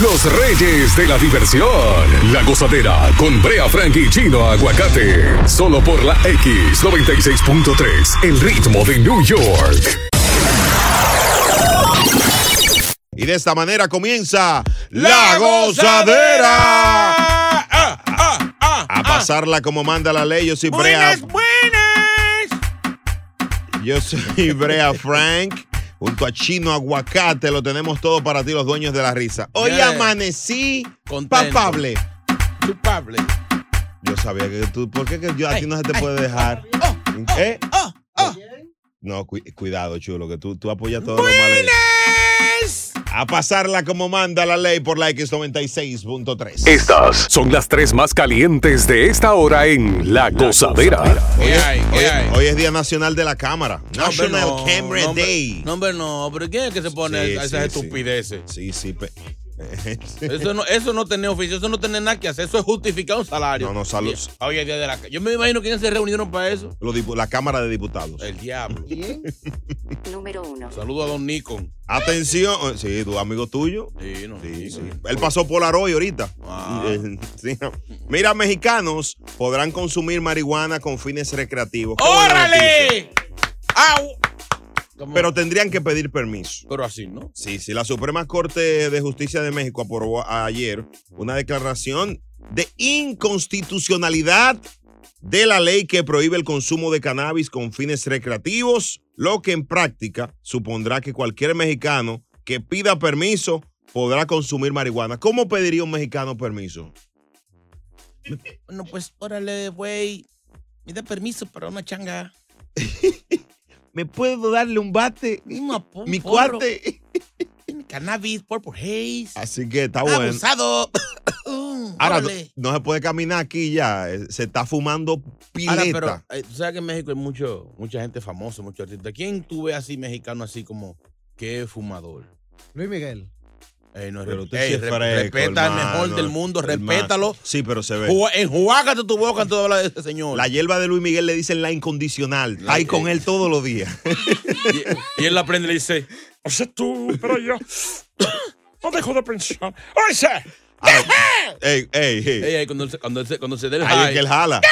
Los reyes de la diversión. La gozadera con Brea Frank y Chino Aguacate. Solo por la X96.3. El ritmo de New York. Y de esta manera comienza La Gozadera. A pasarla como manda la ley. Yo soy Brea. Buenas, buenas. Yo soy Brea Frank. Junto a Chino Aguacate lo tenemos todo para ti, los dueños de la risa. Hoy Yeah. amanecí Contento. papable. Chupable. Yo sabía que tú, ¿por qué que yo a Ay, ti no se te ay, puede dejar? Oh, ¿Eh? oh, oh. No, cu- cuidado, chulo, que tú, tú apoyas todo lo malo. Buenas. A pasarla como manda la ley por la X96.3. Estas son las tres más calientes de esta hora en La Gozadera. ¿Qué hay? ¿Qué Hoy, hay? hoy es Día Nacional de la Cámara. No, hombre, National no, Camera no, hombre, Day. No, hombre, no. ¿Pero quién es que se pone Sí, a esas sí, sí. estupideces? Sí, sí. pe- Eso no, eso no tener oficio, eso no tener nada que hacer, eso es justificar un salario. No, no, salud. Oye, día de la. Yo me imagino que ellos se reunieron para eso. Los dipu- la Cámara de Diputados. El diablo. Número uno. Saludo a Don Nikon. Atención. eh, Sí, tu amigo tuyo. Sí, no, Sí, sí. Nikon. Él pasó por Aroy ahorita. Ah. Eh, sí. Mira, mexicanos podrán consumir marihuana con fines recreativos. Qué buena noticia. ¡Órale! ¡Au! ¿Cómo? Pero tendrían que pedir permiso. Pero así, ¿no? Sí, sí, la Suprema Corte de Justicia de México aprobó ayer una declaración de inconstitucionalidad de la ley que prohíbe el consumo de cannabis con fines recreativos, lo que en práctica supondrá que cualquier mexicano que pida permiso podrá consumir marihuana. ¿Cómo pediría un mexicano permiso? Bueno, pues órale, güey. Me da permiso para una changa. ¿Me puedo darle un bate? Una po- Mi porro, cuate. Cannabis, purple haze. Así que está bueno. Abusado. Mm, Ahora no, Órale. no se puede caminar aquí ya. eh, Se está fumando pileta. Ahora, pero eh, tú sabes que en México hay mucho, mucha gente famosa, muchos artistas. ¿Quién tú ves así mexicano, así como que es fumador? Luis Miguel. Ey, no, Pero re- tú ey, sí re- es fresco, respeta al hermano, mejor del mundo, hermano. respétalo. Sí, pero se ve. Juga- Enjuágate tu boca antes de hablar de ese señor. La hierba de Luis Miguel le dicen la incondicional. Está ahí con él todos los días. y, y él la prende y le dice, O sea, tú, pero yo no dejo de pensar. O sea, Ahora, ey, ey, ey. ey, ey, cuando, él se- cuando, él se- cuando se dé el Ahí es high, que él jala.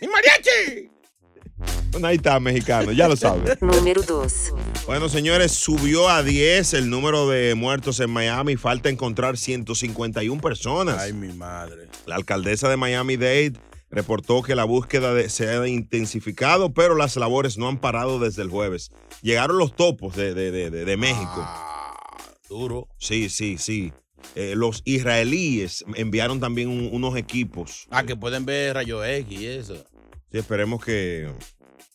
¡Mi mariachi! Bueno, ahí está, mexicano, ya lo sabe. Número dos. Bueno, señores, subió a 10 el número de muertos en Miami. Falta encontrar 151 personas. Ay, mi madre. La alcaldesa de Miami-Dade reportó que la búsqueda de- se ha intensificado, pero las labores no han parado desde el jueves. Llegaron los topos de, de- de- de- de México. Ah, Duro. Sí, sí, sí. Eh, los israelíes enviaron también un- unos equipos. Ah, que pueden ver rayo X y eso. Sí, esperemos que.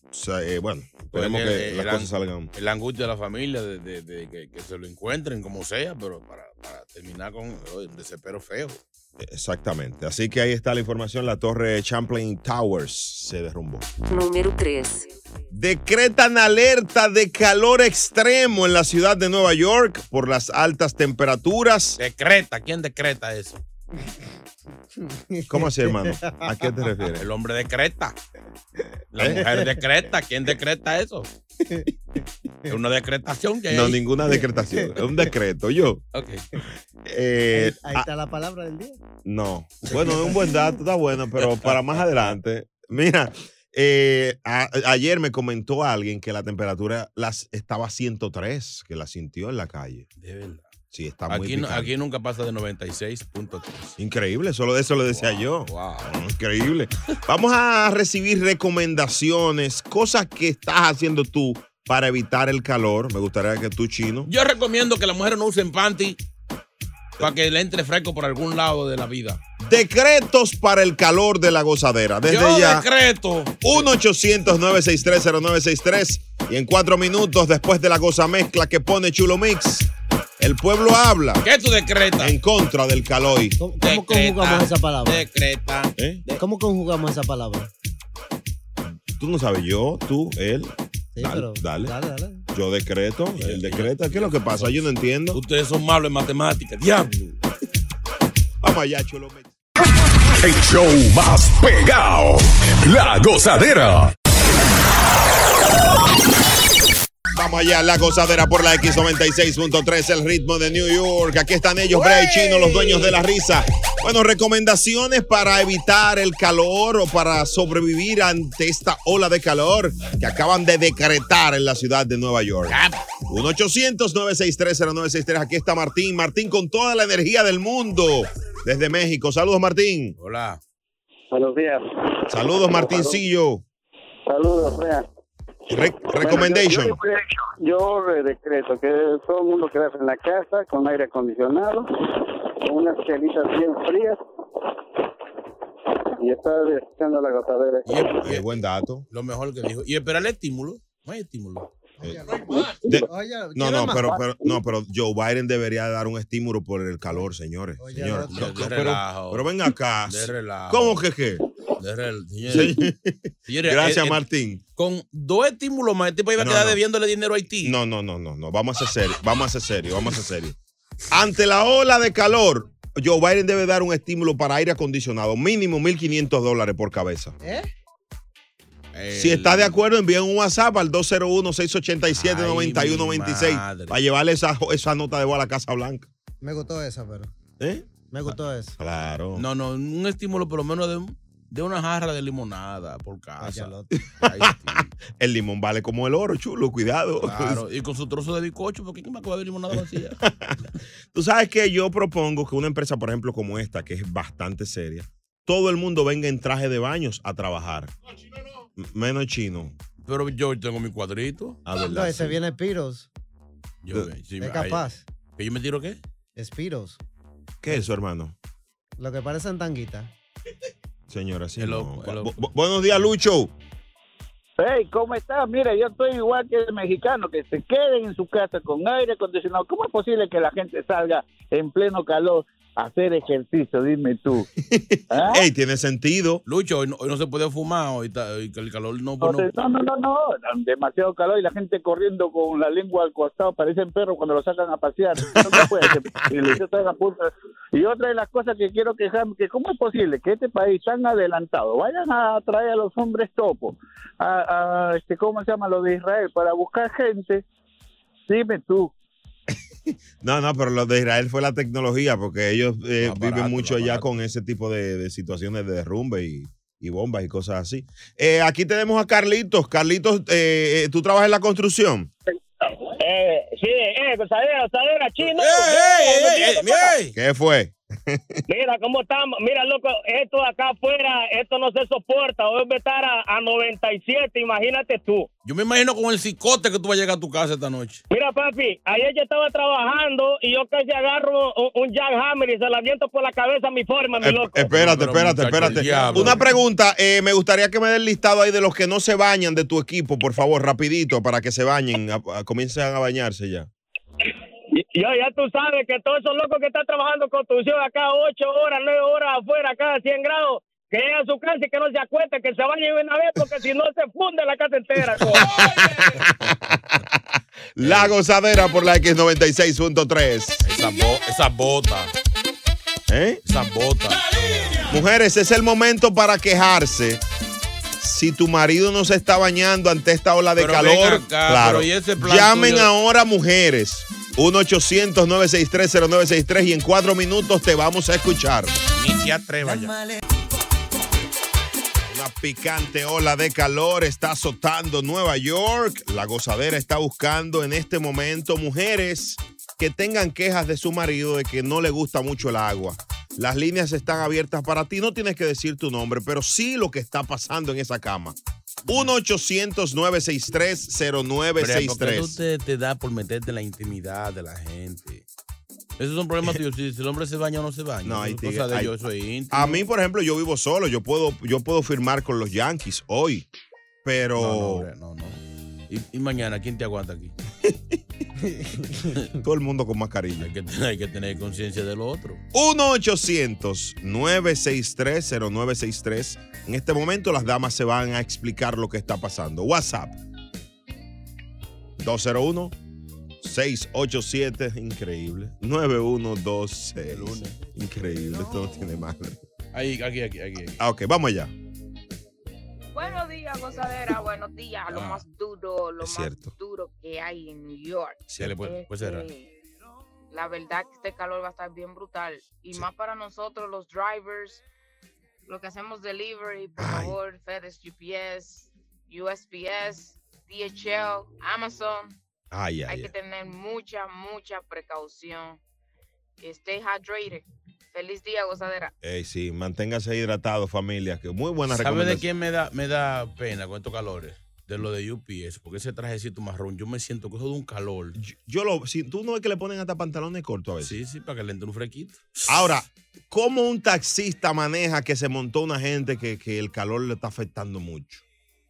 o sea, eh, bueno, esperemos Pero que eh, el- las el- cosas salgan. La angustia de la familia de, de- de que, que se lo encuentren como sea, pero para, para terminar con oye, un desespero feo. Exactamente. Así que ahí está la información. La torre Champlain Towers se derrumbó. Número tres. Decretan alerta de calor extremo en la ciudad de Nueva York por las altas temperaturas. Decreta, ¿quién decreta eso? ¿Cómo así, hermano? ¿A qué te refieres? ¿Eh? El hombre decreta. La mujer decreta, ¿quién decreta eso? Es una decretación que hay. No, ahí. ninguna decretación. Es un decreto. Yo. Ok. eh, Ahí- ahí ah, está la palabra del día. no. Bueno, es un buen dato, está bueno, pero para más adelante. Mira, eh, a- ayer me comentó alguien que la temperatura las estaba a 103, que la sintió en la calle. De verdad. Sí, está muy Aquí, no- picante. aquí nunca pasa de 96.3. Increíble, solo de eso lo decía yo. Wow. Increíble. Vamos a recibir recomendaciones, cosas que estás haciendo tú para evitar el calor. Me gustaría que tú, chino. Yo recomiendo que las mujeres no usen panty para que le entre fresco por algún lado de la vida. Decretos para el calor de la gozadera. Desde Yo ya, decreto. 1-800-963-0963. Y en cuatro minutos, después de la goza mezcla que pone Chulo Mix, el pueblo habla ¿Qué tú decretas? en contra del calor. ¿Cómo, cómo conjugamos esa palabra? Decreta. ¿Eh? ¿Cómo conjugamos esa palabra? Tú no sabes, yo, tú, él. Sí, Dale, pero- dale. Dale, dale. Yo decreto, él decreta. ¿Qué es lo que pasa? Yo no entiendo. Ustedes son malos en matemáticas. Diablo. Vamos allá, Chulo Mix. El show más pegado. La Gozadera. Vamos allá, la gozadera por la X96.3, el ritmo de New York. Aquí están ellos, Bray y Chino, los dueños de la risa. Bueno, recomendaciones para evitar el calor o para sobrevivir ante esta ola de calor que acaban de decretar en la ciudad de Nueva York. 1-800-963-0963. Aquí está Martín. Martín con toda la energía del mundo desde México. Saludos, Martín. Hola. Buenos días. Saludos, Martincillo. Saludos, Fran. Re- recommendation. Yo, yo le decreto que todo el mundo quedarse en la casa con aire acondicionado, con unas chelitas bien frías y está desechando la gotadera. Eh, buen dato. Lo mejor que dijo. Y esperar el estímulo. No hay estímulo. De- Oye, no, ¿quiere no, más? pero, pero- no, pero Joe Biden debería dar un estímulo por el calor, señores. Oye, señores. no, No, de no, pero, relajo. pero ven acá. De relajo. ¿Cómo que qué? De rel- señores, Señores, señores, Gracias, eh, eh, Martín. Con dos estímulos más, este país va a No, quedar no. debiéndole dinero a Haití. No, no, no, no, no. Vamos a ser serios. Vamos a ser serios. Vamos a ser serios. Ante la ola de calor, Joe Biden debe dar un estímulo para aire acondicionado, mínimo 1.500 dólares por cabeza. ¿Eh? El- Si está de acuerdo, envíen un WhatsApp al Ay, mi 201-687-9196 madre. para llevarle esa, esa nota de voz a la Casa Blanca. Me gustó esa, pero. ¿Eh? Me gustó esa. Claro. No, no, un estímulo por lo menos de, un- de una jarra de limonada por casa. Cachalote. Haití, El limón vale como el oro, chulo, cuidado. claro. Y con su trozo de bizcocho, porque ¿quién va a comer limonada vacía? Tú sabes que yo propongo que una empresa, por ejemplo, como esta, que es bastante seria, todo el mundo venga en traje de baños a trabajar. M- Menos chino. Pero yo tengo mi cuadrito. A Ah, verdad, No, ese sí. viene Piros. Yo, sí, Es ay, capaz. ¿Que yo me tiro qué? Es Piros. ¿Qué es eso, hermano? Lo que parecen tanguitas. Señora, sí. El no. ojo, el Bu- ojo. bu- buenos días, Lucho. Hey, ¿cómo estás? Mira, yo estoy igual que el mexicano, que se queden en su casa con aire acondicionado. ¿Cómo es posible que la gente salga en pleno calor a hacer ejercicio? Dime tú. ¿Ah? Ey, tiene sentido. Lucho, hoy no, hoy no se puede fumar, hoy, está- hoy que el calor no... pues no- Entonces, no, no, no, no, demasiado calor y la gente corriendo con la lengua al costado, parecen perros cuando lo sacan a pasear. No se puede, se- y le hizo toda la punta. Y otra de las cosas que quiero quejarme, que cómo es posible que este país tan adelantado, vayan a traer a los hombres topos, a, a, este, ¿cómo se llama? Los de Israel, para buscar gente. Dime tú, No, no, pero lo de Israel fue la tecnología, porque ellos eh, Más barato, viven mucho más allá barato. con ese tipo de, de situaciones de derrumbe y, y bombas y cosas así. Eh, aquí tenemos a Carlitos. Carlitos, eh, eh, ¿tú trabajas en la construcción? Eh, sí, eh, gozadera, gozadera, chino. Eh, ¡Ey, ey, ey, ey, ey! ¿Qué fue? eh. Mira cómo estamos. Mira, loco, esto de acá afuera, esto no se soporta. Hoy va a estar a, a 97, imagínate tú. Yo me imagino con el cicote que tú vas a llegar a tu casa esta noche. Mira, papi, ayer yo estaba trabajando y yo casi agarro un, un jackhammer y se la aviento por la cabeza a mi forma, mi Eh, loco. Espérate, Pero, espérate, muchacho, espérate. el diablo. Una pregunta, eh, me gustaría que me den listado ahí de los que no se bañan de tu equipo, por favor, rapidito, para que se bañen, a- a- comiencen a bañarse ya. Y- Yo, ya tú sabes que todos esos locos que están trabajando construcción acá 8 horas, 9 horas afuera, acá a 100 grados, que lleguen a su casa y que no se acuesten, que se bañen de una vez porque si no se funde la casa entera. coño. Eh. La gozadera por la X96.3. Esa, bo- esa bota, ¿Eh? esa bota. Mujeres, es el momento para quejarse. Si tu marido no se está bañando ante esta ola de Pero calor, ven acá, claro. pero ¿y ese plan Llamen tuyo? ahora mujeres. 1-800-963-0963 y en cuatro minutos te vamos a escuchar. Ni se atreva ya. Una picante ola de calor está azotando Nueva York. La gozadera está buscando en este momento mujeres que tengan quejas de su marido de que no le gusta mucho el agua. Las líneas están abiertas para ti. No tienes que decir tu nombre, pero sí lo que está pasando en esa cama. 1-800-963-0963. Pero, ¿por qué tú te, te da por meterte en la intimidad de la gente? Esos son problemas tuyos. Si si el hombre se baña o no se baña. No, No, ahí es te- cosa de ahí- ellos, eso es íntimo. A mí, por ejemplo, yo vivo solo. Yo puedo, yo puedo firmar con los Yankees hoy, pero... No, no, hombre, no, no. Y, y mañana, ¿quién te aguanta aquí? Todo el mundo con mascarilla. Hay que, hay que tener conciencia del otro. 1-800-963-0963. En este momento las damas se van a explicar lo que está pasando. WhatsApp. 201-687. Increíble. 9126. El lunes. Increíble. Esto no tiene madre. Ahí, aquí, aquí, aquí. aquí. Ah, ok, vamos allá. Buenos días, la gozadera, buenos días. Lo Ah, más duro, lo es más cierto. duro que hay en New York. Sí, pues, le puede- puede cerrar. Este, La verdad que este calor va a estar bien brutal. Y más para nosotros, los drivers, lo que hacemos delivery, por favor, FedEx GPS, USPS, DHL, Amazon. Ay, ay, hay que ay. tener mucha, mucha precaución. Stay hydrated. Feliz día, gozadera. Ey, sí, manténgase hidratado, familia. Que muy buena ¿Sabe de recomendación. quién me da, me da pena con estos calores? De lo de UPS, porque ese trajecito marrón, yo me siento que eso de un calor. Yo lo, si tú no ves que le ponen hasta pantalones cortos a veces. Sí, sí, para que le entre un fresquito. Ahora, ¿cómo un taxista maneja que se montó una gente que, que el calor le está afectando mucho?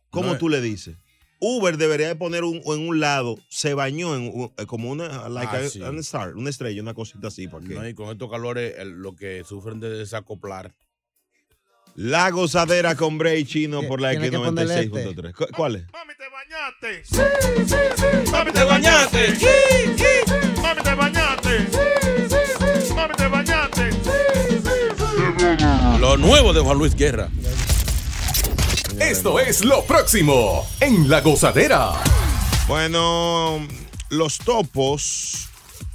¿Cómo No, eh. tú le dices? Uber debería de poner un, en un lado, se bañó en un- como una, like Ah, a- sí. an star, una estrella, una cosita así. ¿para qué? No, y con estos calores, el- lo que sufren de desacoplar. La gozadera con Bray Chino por la Tiene que ponerle este. X96.3. ¿Cu- ¿Cuál es? bañaste. Sí, sí, sí. Mami, te bañaste. Sí, sí. Mami, te bañaste. Sí, sí, sí. Mami, te bañaste. Sí, sí, sí. Lo nuevo de Juan Luis Guerra. Esto es lo próximo en La Gozadera. Bueno, los topos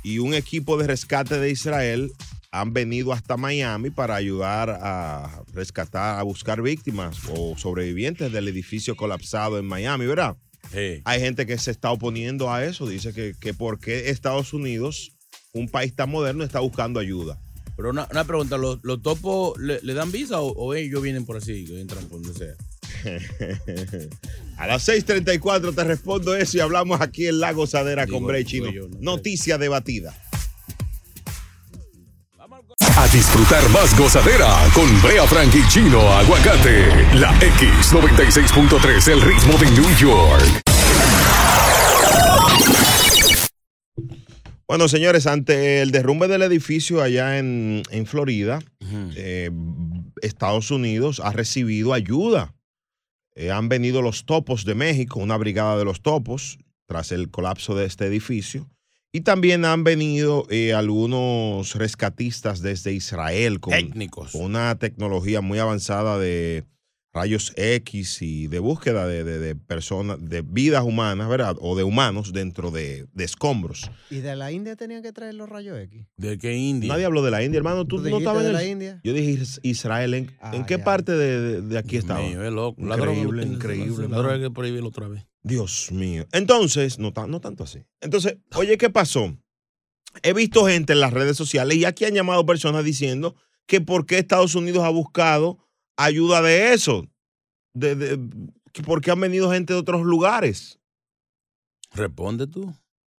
y un equipo de rescate de Israel han venido hasta Miami para ayudar a rescatar, a buscar víctimas o sobrevivientes del edificio colapsado en Miami, ¿verdad? Hay gente que se está oponiendo a eso, dice que, que por qué Estados Unidos, un país tan moderno, está buscando ayuda. Pero una, una pregunta, ¿los, los topos le, le dan visa o, o ellos vienen por así, que entran por donde sea? A las 6:34 te respondo eso y hablamos aquí en La Gozadera con Bray Chino. Noticia debatida. A disfrutar más gozadera con Brea Frank y Chino Aguacate. La X96.3, el ritmo de New York. Bueno, señores, ante el derrumbe del edificio allá en, en Florida, eh, Estados Unidos ha recibido ayuda. Eh, han venido los topos de México, una brigada de los topos, tras el colapso de este edificio. Y también han venido eh, algunos rescatistas desde Israel con, con una tecnología muy avanzada de rayos X y de búsqueda de, de- de personas, de vidas humanas, ¿verdad? O de humanos dentro de- de escombros. ¿Y de la India tenían que traer los rayos X? ¿De qué India? Nadie habló de la India, hermano. Tú, no ¿Tú dijiste estabas de en la el- India? Ah, Yo dije Is- Israel. ¿En, ¿en qué parte de, de- de aquí estaba? La droga no Increíble, tiene- increíble. La hermano. droga hay que prohibirla otra vez. Dios mío. Entonces, no, tan- no tanto así. Entonces, oye, ¿qué pasó? He visto gente en las redes sociales y aquí han llamado personas diciendo que por qué Estados Unidos ha buscado ayuda de eso. De, de- que ¿Por qué han venido gente de otros lugares? Responde tú.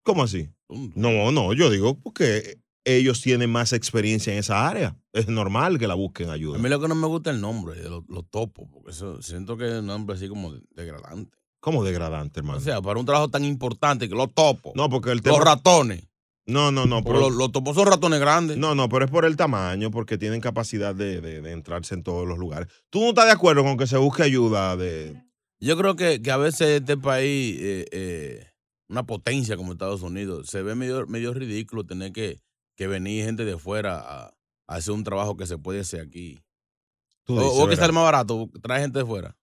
¿Cómo así? No, no, yo digo porque ellos tienen más experiencia en esa área. Es normal que la busquen ayuda. A mí lo que no me gusta es el nombre, de los, los topos, porque eso, siento que es un nombre así como de- degradante. ¿Cómo degradante, hermano? O sea, para un trabajo tan importante que los topos. No, porque el Los ratones. No, no, no. Porque los- topos son ratones grandes. No, no, pero es por el tamaño, porque tienen capacidad de, de- de entrarse en todos los lugares. ¿Tú no estás de acuerdo con que se busque ayuda de...? Yo creo que, que a veces este país, eh, eh, una potencia como Estados Unidos, se ve medio, medio ridículo tener que, que venir gente de fuera a, a hacer un trabajo que se puede hacer aquí. Tú o, dices, o que ¿verdad? sale más barato, trae gente de fuera.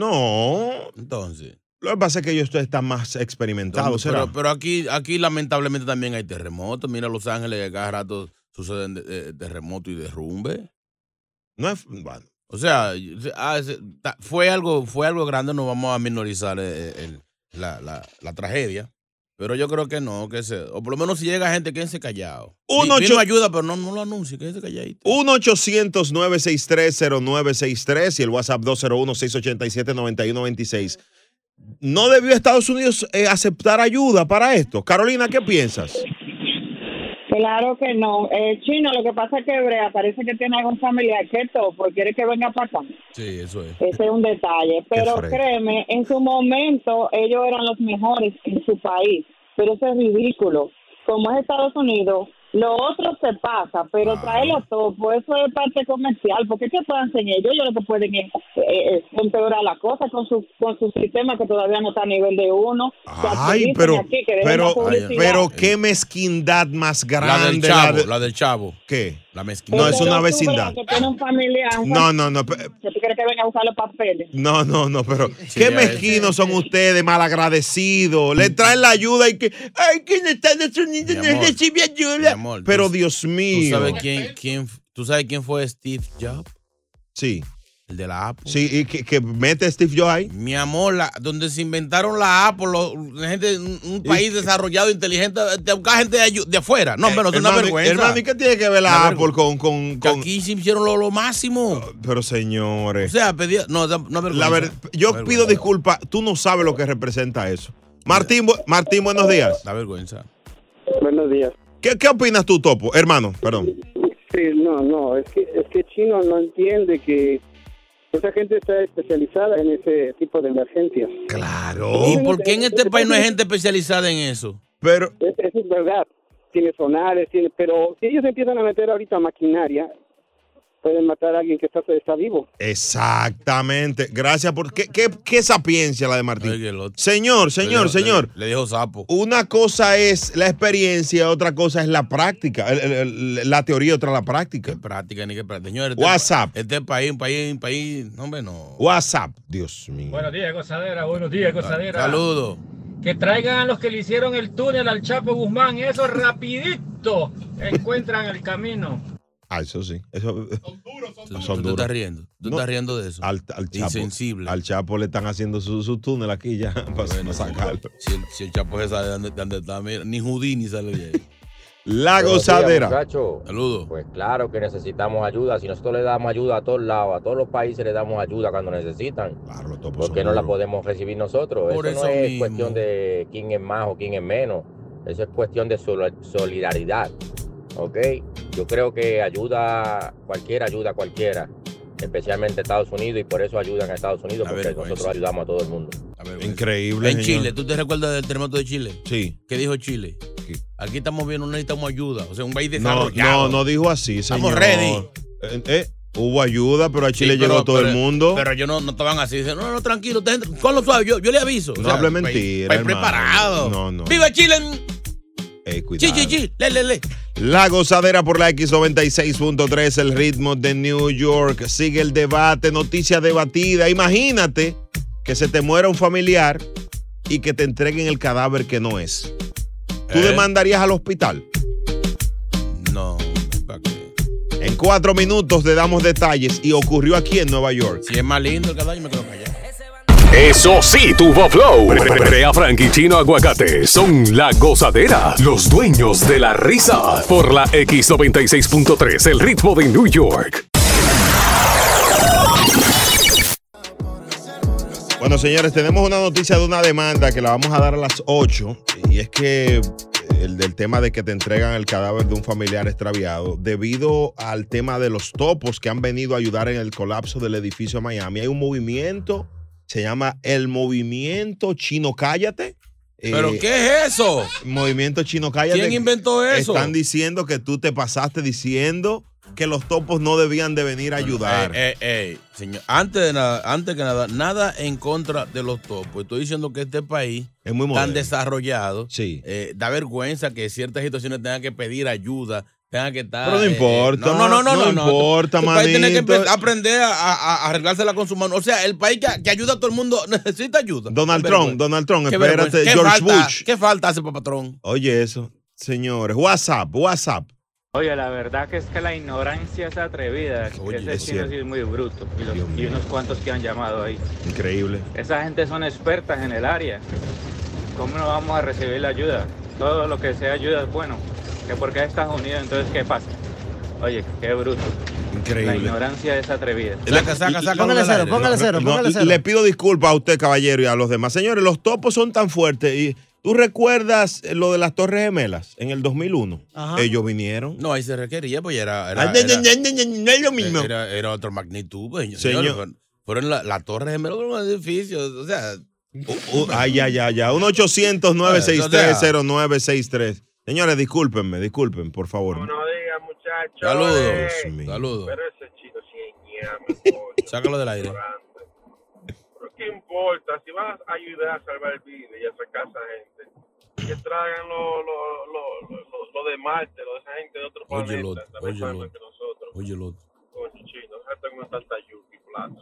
No. Entonces. Lo que pasa es que ellos están más experimentados, ¿será? Pero, pero aquí, aquí lamentablemente también hay terremotos. Mira Los Ángeles, que cada rato suceden de- de- terremotos y derrumbes. No es, bueno. O sea, y- se- ah, se- ta- fue algo, fue algo grande, no vamos a minorizar eh, el- la, la- la tragedia. Pero yo creo que no, que se, o por lo menos si llega gente, quédense callado. Uno Vi- ocho- vino ayuda, pero no, no lo anuncie, quédense calladito. 1-800-963-0963 y el WhatsApp 201-687-9126. ¿No debió Estados Unidos eh, aceptar ayuda para esto? Carolina, ¿qué piensas? Claro que no. Eh, Chino, lo que pasa es que Brea parece que tiene algún familiar que topo y quiere que venga para acá. Sí, eso es. Ese es un detalle. Pero fresco. créeme, en su momento ellos eran los mejores en su país. Pero eso es ridículo. Como es Estados Unidos, lo otro se pasa, pero Ah. traerlo todo, por eso es parte comercial. Porque ¿qué pueden hacer ellos? Ellos lo que pueden es eh, eh, empeorar la cosa con su, con su sistema que todavía no está a nivel de uno. Que Ay, actualicen pero, aquí, que dejen la pero, publicidad. pero qué mezquindad más grande. la del chavo, la, del chavo. ¿Qué? La mezquindad. No, es una Pero vecindad. que tiene un familiar. un No, no, no. pe- Que tú quieres que venga a buscar los papeles. No, no, no, pero qué ya ves. mezquinos son ustedes, malagradecidos. Le traen la ayuda y que, ay, que en Estados Unidos Mi no amor, recibe ayuda. pero Dios mío. ¿Tú sabes quién, quién, ¿Tú sabes quién fue Steve Jobs? Sí. El de la Apple. Sí, y que, que mete a Steve Jobs ahí. Mi amor, la- donde se inventaron la Apple, lo- la gente, un, un país desarrollado, inteligente, te busca gente de, ayu- de afuera. No, pero es una Eh, Hermano, vergüenza. Hermano, ¿y qué tiene que ver la Apple con, con, con- Aquí se hicieron lo, lo máximo. Pero señores. O sea, pedía. No, da- una vergüenza. La ver- yo Una pido vergüenza. disculpas, tú no sabes lo que representa eso. Martín, bu- Martín buenos días. Da vergüenza. Buenos días. ¿Qué, qué opinas tú, Topo? Hermano, perdón. Sí, no, no, es que, es que Chino no entiende que esa gente está especializada en ese tipo de emergencias. Claro. ¿Y por qué en este país no hay gente especializada en eso? Pero Es- Eso es verdad. Tiene sonares, tiene, pero si ellos empiezan a meter ahorita maquinaria, pueden matar a alguien que está, está vivo. Exactamente. Gracias por. ¿Qué, qué, qué sapiencia la de Martín? Señor, señor, Le dijo- señor. Le, le dijo sapo. Una cosa es la experiencia, otra cosa es la práctica. El- el- el- la teoría, otra la práctica. Práctica ni que práctica. Señor, este, WhatsApp. este país, un país, un país. No, hombre, no. WhatsApp. Dios mío. Buenos días, gozadera. Buenos días, gozadera. Saludos. Que traigan a los que le hicieron el túnel al Chapo Guzmán. Eso rapidito encuentran el camino. Ah, eso sí. Eso, son duros, son Tú- tú te estás riendo. Tú estás riendo de eso. Al, al Chapo. Insensible. Al Chapo le están haciendo su, su túnel aquí ya para, para sacarlo. Si el, si el chapo se sabe pues, de dónde, de dónde está, mira, ni Houdini sale de ahí. La Buenos días, gozadera. muchacho. Pues claro que necesitamos ayuda. Si nosotros le damos ayuda a todos lados, a todos los países le damos ayuda cuando necesitan. porque no la podemos recibir nosotros. Por eso eso, no es mismo. cuestión de quién es más o quién es menos. Eso es cuestión de sol- solidaridad. ¿Ok? Yo creo que ayuda cualquiera, ayuda a cualquiera. Especialmente Estados Unidos y por eso ayudan a Estados Unidos porque nosotros ayudamos a todo el mundo. Increíble. En señor. Chile, ¿tú te recuerdas del terremoto de Chile? Sí. ¿Qué dijo Chile? Aquí estamos bien, no necesitamos ayuda. O sea, un país No, desarrollado. no, no dijo así, Estamos señor. ready. Eh, eh, hubo ayuda, pero a Chile Sí, pero- llegó todo el pero- mundo. Pero ellos no, no estaban así. Dicen, no, no, tranquilo, usted entra- con lo suave, yo, yo le aviso. no hable mentira. país hermano. preparado. No, no. ¡Viva Chile! eh, ¡Chi, cuidado. chi, chi! ¡Le, le, le! La gozadera por la X96.3, el ritmo de New York. Sigue el debate, noticia debatida. Imagínate que se te muera un familiar y que te entreguen el cadáver que no es. ¿Tú ¿Eh? demandarías al hospital? No. En cuatro minutos te damos detalles y ocurrió aquí en Nueva York. Si es más lindo el caballo, me quedo callado. Eso sí, tuvo flow. Brea Frank y Chino Aguacate son la gozadera, los dueños de la risa. Por la X96.3, el ritmo de New York. Bueno, señores, tenemos una noticia de una demanda que la vamos a dar a las 8. Y es que el del tema de que te entregan el cadáver de un familiar extraviado, debido al tema de los topos que han venido a ayudar en el colapso del edificio de Miami, hay un movimiento, se llama el Movimiento Chino Cállate. Eh, ¿Pero qué es eso? Movimiento Chino Cállate. ¿Quién inventó eso? Están diciendo que tú te pasaste diciendo que los topos no debían de venir a ayudar. Ey, ey, ey, Eh, señor, antes de nada, antes que nada, nada en contra de los topos. Estoy diciendo que este país es muy tan moderno. desarrollado. eh, da vergüenza que ciertas situaciones tengan que pedir ayuda, tengan que estar. Pero no eh, importa, no, no, no, no, no no, importa, Tu país tiene que manito. empe- aprender a, a- a arreglársela con su mano. O sea, el país que, que ayuda a todo el mundo necesita ayuda. Donald Qué Trump, vergüenza. Donald Trump, Qué espérate, vergüenza. ¿Qué George falta- Bush. ¿Qué falta hace para patrón? Oye eso, señores. WhatsApp, WhatsApp. Oye, la verdad que es que la ignorancia es atrevida. Oye, Ese es chino cierto. sí es muy bruto. Y, los- y unos cuantos que han llamado ahí. Increíble. Esa gente son expertas en el área. ¿Cómo no vamos a recibir la ayuda? Todo lo que sea ayuda es bueno. ¿Que por qué Estados Unidos entonces qué pasa? Oye, qué bruto. La ignorancia es atrevida. Saca, saca, saca. Póngale cero, póngale cero, No, póngale cero. Le pido disculpas a usted, caballero, y a los demás. Señores, los topos son tan fuertes. Y ¿Tú recuerdas lo de las Torres Gemelas en el 2001? Ajá. Ellos vinieron. No, ahí se requería, pues ya era. Ah, era, no, era- no, no, no, no, no es lo mismo. Era, era otra magnitud, pues, Señor. señores, fueron- Fueron la, la torre gemela de un edificio. O sea, Uh, ay, ay, ay, ay. 1 800 963 0963 Señores, discúlpenme, disculpen, por favor. Buenos días, muchachos. Saludos, Eh, mi- saludos. Pero ese chino sí es ñame, coño. Sácalo del aire. Pero qué importa, si vas a ayudar a salvar el vida y a sacar a esa gente, que traigan lo, lo, lo, lo, lo de Marte, lo de esa gente de otro planeta. óyelo, óyelo. Oye, lo Con chino, ya tengo tanta yuca y plata.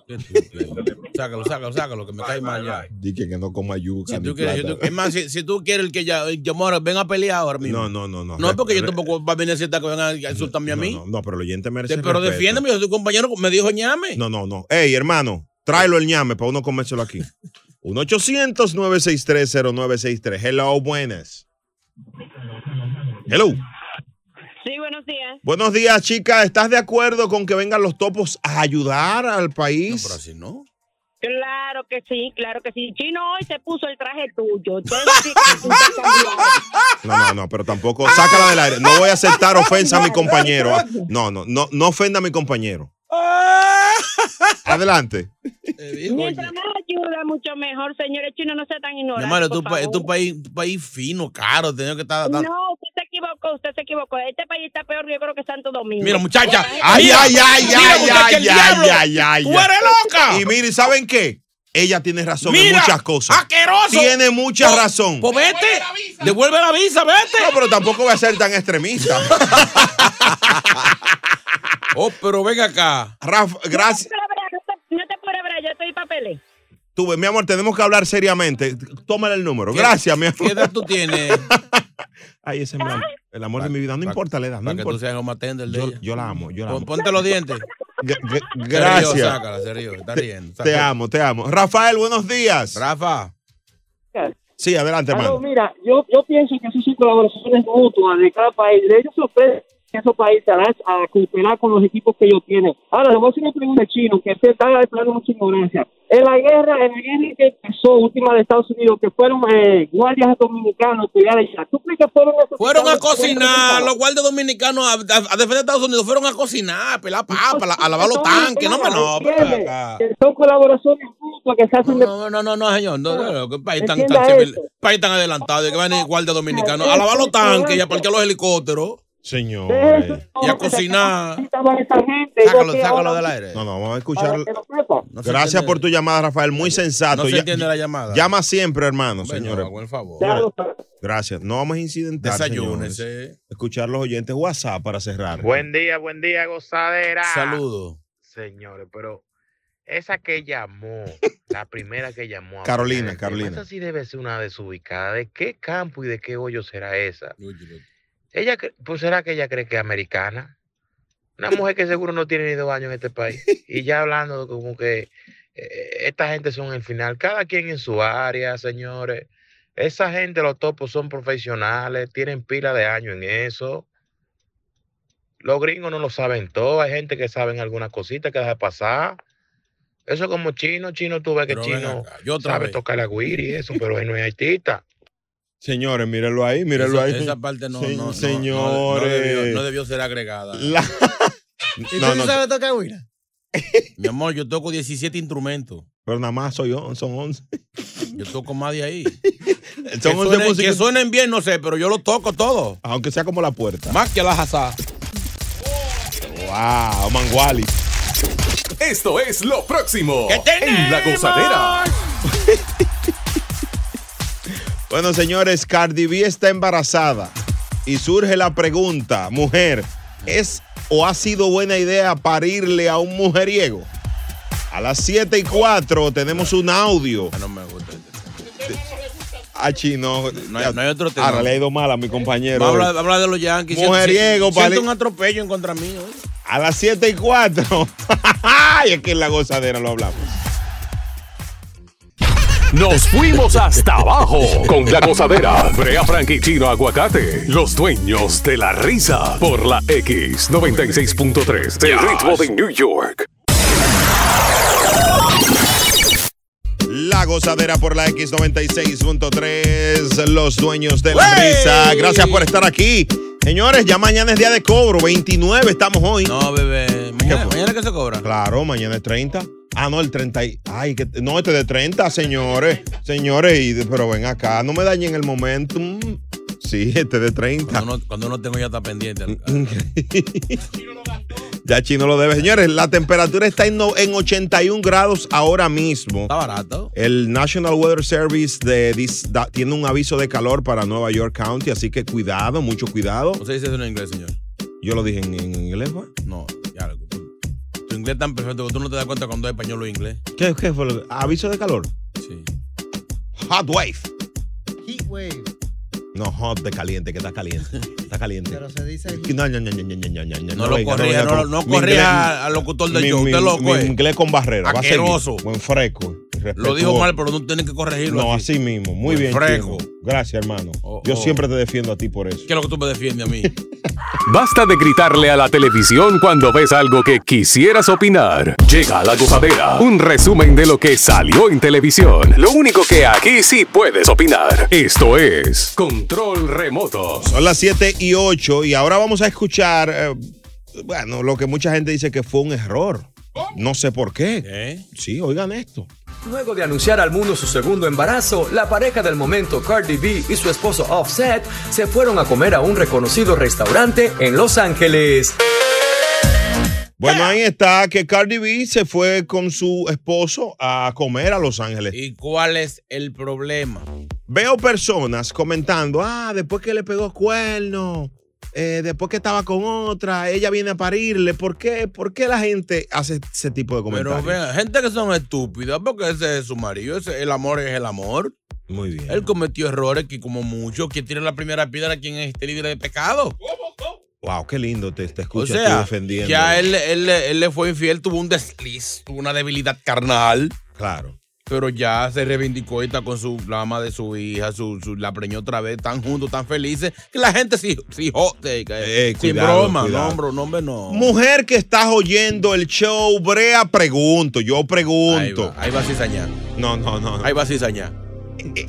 Sácalo, sácalo, sácalo, que me cae mal ya. Dije que no coma yuca. Si ni tú quieres, si plátano. tú- es más, si, si tú quieres el que ya, el que mora, ven a pelear ahora mismo. No, no, no, no. No, porque yo tampoco va a venir a decirte que vengan a insultarme a mí. No, no, pero el oyente merece. Te- pero respeto. defiéndeme, yo soy tu compañero, me dijo ñame. No, no, no. Ey, hermano, tráelo el ñame para uno comérselo aquí. 1-800-963-0963. Hello, buenas. Hello. Sí, buenos días. Buenos días, chica. ¿Estás de acuerdo con que vengan los topos a ayudar al país? No, pero así no. Claro que sí, claro que sí. Chino hoy se puso el traje tuyo. Yo decía que tú te cambiaste. No, no, no, pero tampoco. Sácala del aire. No voy a aceptar ofensa a mi compañero. No, no, no, no ofenda a mi compañero. Adelante. Mientras más ayuda, mucho mejor, señores chinos, no sea tan Mi ignorantes. hermano, es por tu, pa- es favor. tu país, tu país fino, caro, tenía que estar. estar- No, usted se equivocó, usted se equivocó. Este país está peor, yo creo que Santo Domingo. Mira, muchacha. Ay, Mira, ay, ay, mira, ay, muchacha, el ay, ay, diablo. ay, ay. Tú eres loca. Y mire, ¿saben qué? Ella tiene razón en Mira, muchas cosas. asqueroso. Tiene mucha Po- razón. po, vete. Devuelve la visa, vete. No, pero tampoco voy a ser tan extremista. Oh, pero ven acá. Rafa, gracias. No te puedo hablar, No te puedo hablar, yo estoy papeles. Tú, ves, mi amor, tenemos que hablar seriamente. Tómale el número. Gracias, mi amor. ¿Qué edad tú tienes? Ay, ese es mi am- el amor de mi vida. No importa la edad. No Para que tú importa. seas home tender de Yo, ella. yo la amo, yo la Pon- amo. Ponte los dientes. G- g- Se rió, gracias. sácala, se rió, está Te- riendo, Te, sácala. amo, te amo. Rafael, buenos días. Rafa. Sí, adelante, Aló, hermano. mira, yo, yo pienso que eso son colaboraciones mutuas de cada país. De ellos se ofrecen a esos países a, a cooperar con los equipos que ellos tienen. Ahora, le voy a hacer una pregunta al chino, que se está declarando mucha ignorancia. En la guerra, en la guerra que empezó última de Estados Unidos, que fueron eh, guardias dominicanos, que ya ¿tú crees que fueron necesitados? Fueron a cocinar, los guardias dominicanos a, a- a defender a Estados Unidos fueron a cocinar, a pelar papa, a, a lavar los tanques. No, hombre, no, pero ven acá. Que son colaboraciones mutuas que se hacen de... No, no, no, no, señor. No, no, no, qué país tan, Entienda tan civil- eso. país tan adelantado. De que van a ir guardias dominicanos a lavar los tanques y a parquear los helicópteros. Señor. Y a cocinar. Sácalo, sácalo del aire. No, no, vamos a escuchar. se Gracias entiende. por tu llamada, Rafael. Muy sensato. No se Ya- entiende la llamada. Llama siempre, hermano, Bueno, señores. hago el favor. Gracias. No vamos a incidentar. Desayúnese. señores. Escuchar los oyentes WhatsApp para cerrar. Buen día, buen día, gozadera. Saludo. Señores, pero esa que llamó, la primera que llamó. a Carolina, poner el tema, Carolina. Esa sí debe ser una desubicada. ¿De qué campo y de qué hoyo será esa? Ella, cre- pues será que ella cree que es americana. Una mujer que seguro no tiene ni dos años en este país. Y ya hablando de como que eh, esta gente son el final. Cada quien en su área, señores. Esa gente, los topos, son profesionales, tienen pila de años en eso. Los gringos no lo saben todo. Hay gente que saben algunas cositas que deja pasar. Eso es como chino, chino, tú ves que Pero ven chino acá, yo otra sabe vez. tocar la guira y eso, pues. pero él no es haitita. Señores, mírenlo ahí, mírenlo Esa- ahí. Esa parte no, Se- no, no, no, Señores. no debió, no debió ser agregada. La- ¿Y No, no, tocar huila? Mi amor, yo toco 17 instrumentos. Pero nada más soy on- son 11. Yo toco más de ahí. que, Son 11 suenen, que músicos. suenen bien, no sé, pero yo los toco todos. Aunque sea como la puerta. Más que las asadas. Wow, Manguali. Esto es lo próximo en La tenemos? Gozadera. Bueno, señores, Cardi B está embarazada y surge la pregunta, mujer, ¿es o ha sido buena idea parirle a un mujeriego? A las 7 y 4 tenemos un audio. No me gusta. este Ah, chino. No hay, no hay otro tema. Ahora Ah, le ha ido mal a mi compañero. Vamos a hoy. hablar, hablar de los Yankees. Siento- Mujeriego, siento, pali- un atropello en contra mío. ¿eh? A las 7 y 4. Ay, es que en la gozadera lo hablamos. Nos fuimos hasta abajo con la gozadera. Brea Frank y Chino Aguacate, los dueños de la risa. Por la X96.3, el ritmo de New York. La gozadera por la X96.3, los dueños de la risa. Gracias por estar aquí. Señores, ya mañana es día de cobro, 29 estamos hoy. No, bebé. Mañana, mañana que se cobra. Claro, mañana es 30. Ah, no, el 30. y- Ay, que, no, este de 30, señores. Señores, y de- pero ven acá, no me dañen el momentum. Sí, este de 30. Cuando no, cuando no tengo ya está pendiente. Ya chino lo debe. Señores, la temperatura está en, no- en 81 grados ahora mismo. Está barato. El National Weather Service de, dis- da- tiene un aviso de calor para Nueva York County, así que cuidado, mucho cuidado. ¿Usted dice eso en inglés, señor? Yo lo dije en, en inglés, pues. ¿fue? No, ya. tú- tu inglés es tan perfecto que tú no te das cuenta cuando es español o inglés. ¿Qué, qué fue? lo que- ¿Aviso de calor? Sí. Hot wave. Heat wave. No, hot de caliente, que está caliente. Está caliente. Pero se dice heat. No, no, no, no, no, no, no, no, No lo venga, corría, venga no, con- no mi corría inglés- al- al locutor del mi- show. mi- Usted loco Mi es. inglés con barrera. va a seguir. Asqueroso. Buen fresco. Lo dijo mal, pero no tienes que corregirlo. No, aquí. así mismo. Muy Buen bien. fresco. Chino. Gracias, hermano. Yo oh. siempre te defiendo a ti por eso. ¿Qué es lo que tú me defiendes a mí? Basta de gritarle a la televisión cuando ves algo que quisieras opinar. Llega la gozadera, un resumen de lo que salió en televisión. Lo único que aquí sí puedes opinar. Esto es Control Remoto. Son las 7 y 8 y ahora vamos a escuchar, eh, bueno, lo que mucha gente dice que fue un error. No sé por qué. Sí, oigan esto. Luego de anunciar al mundo su segundo embarazo, la pareja del momento Cardi B y su esposo Offset se fueron a comer a un reconocido restaurante en Los Ángeles. Bueno, ahí está que Cardi B se fue con su esposo a comer a Los Ángeles. ¿Y cuál es el problema? Veo personas comentando, ah, después que le pegó cuerno, eh, después que estaba con otra, ella viene a parirle. ¿Por qué? ¿Por qué la gente hace ese tipo de Pero comentarios? vean, gente que son estúpidas, porque ese es su marido, ese- el amor es el amor. Muy bien. Él cometió errores que, como muchos, que tiene la primera piedra a quien esté libre de pecado. Wow, qué lindo te, te O escucho tú sea, defendiendo. ya él, él- él le fue infiel, tuvo un desliz, tuvo una debilidad carnal. Claro. Pero ya se reivindicó y está con su la ama de su hija, su, su- la preñó otra vez, tan juntos, tan felices, que la gente sí, sí, jode, que- sin Eh, cuidado, broma, cuidado. no, hombre, no, hombre, no. Mujer que estás oyendo el show, Brea, pregunto, yo pregunto. Ahí va, cizaña. No, no, no. Ahí va cizaña.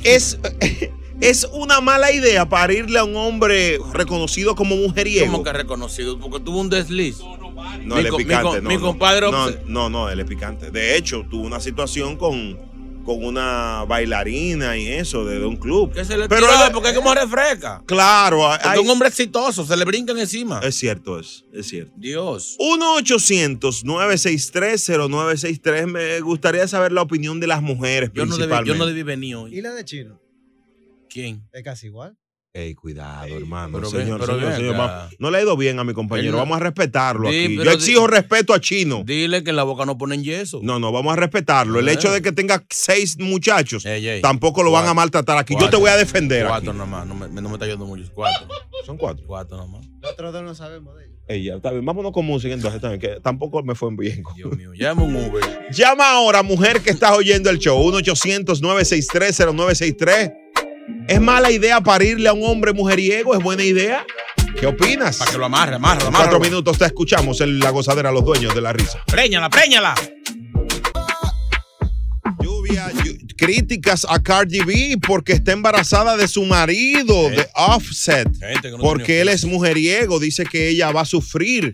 Es, es una mala idea parirle a un hombre reconocido como mujeriego. Como que reconocido, porque tuvo un desliz. No, Mi él es co- mi picante. co- no, mi no. compadre No, obse- no, no, él es picante. De hecho, tuvo una situación con, con una bailarina y eso, de, de un club. Que se le Pero Pero él- porque es como refresca. Claro, ah, Porque hay- es un hombre exitoso, se le brincan encima. Es cierto eso, es cierto. Dios. 1-800-963-0963. Me gustaría saber la opinión de las mujeres Yo no, debí, principalmente. yo no debí venir hoy. ¿Y la de Chino? ¿Quién? Es casi igual. Ey, cuidado, hermano. pero ven- señor, pero señor, ven señor, acá. vamos. No le ha ido bien a mi compañero. Él no- Vamos a respetarlo Sí, aquí. Yo pero di- exijo respeto a Chino. Dile que en la boca no ponen yeso. No, no, vamos a respetarlo. El Eh. hecho de que tenga seis muchachos ey. tampoco lo van a maltratar aquí. Yo te voy a defender. Cuatro nomás, no me, no me está ayudando mucho. Cuatro. Son cuatro. Cuatro nomás. Nosotros dos no sabemos de ello. Ey, ya, está bien. Vámonos con música entonces también, que tampoco me fue bien. Dios mío, llama un Uber. Llama ahora, mujer que estás oyendo el show. 1-800-963-0963. ¿Es mala idea parirle a un hombre mujeriego? ¿Es buena idea? ¿Qué opinas? Para que lo amarre, amarre, amarre. Cuatro minutos te escuchamos en La Gozadera, los dueños de la risa. Préñala, préñala. Críticas a Cardi B porque está embarazada de su marido, de Offset. Gente que no Porque tiene él es mujeriego, dice que ella va a sufrir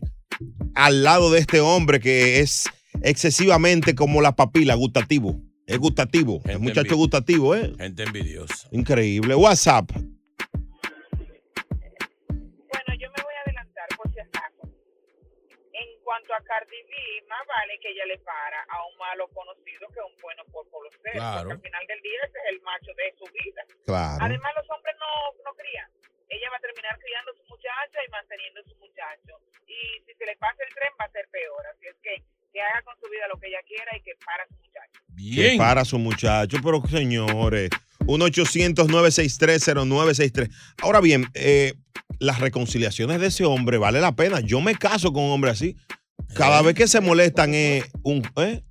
al lado de este hombre que es excesivamente como la papila, gustativo. Es gustativo, es muchacho envi- gustativo, ¿eh? Gente envidiosa. Increíble. WhatsApp. En cuanto a Cardi B, más vale que ella le para a un malo conocido que a un bueno por conocer. Claro. Porque al final del día ese es el macho de su vida. Claro. Además, los hombres no, no crían. Ella va a terminar criando a su muchacha y manteniendo a su muchacho. Y si se le pasa el tren, va a ser peor. Así es que que haga con su vida lo que ella quiera y que para a su muchacho. Que para su muchacho, pero señores. 1-800-963-0963. Ahora bien, eh, las reconciliaciones de ese hombre vale la pena. Yo me caso con un hombre Eh. así. Cada vez que se molestan es un. ¿eh?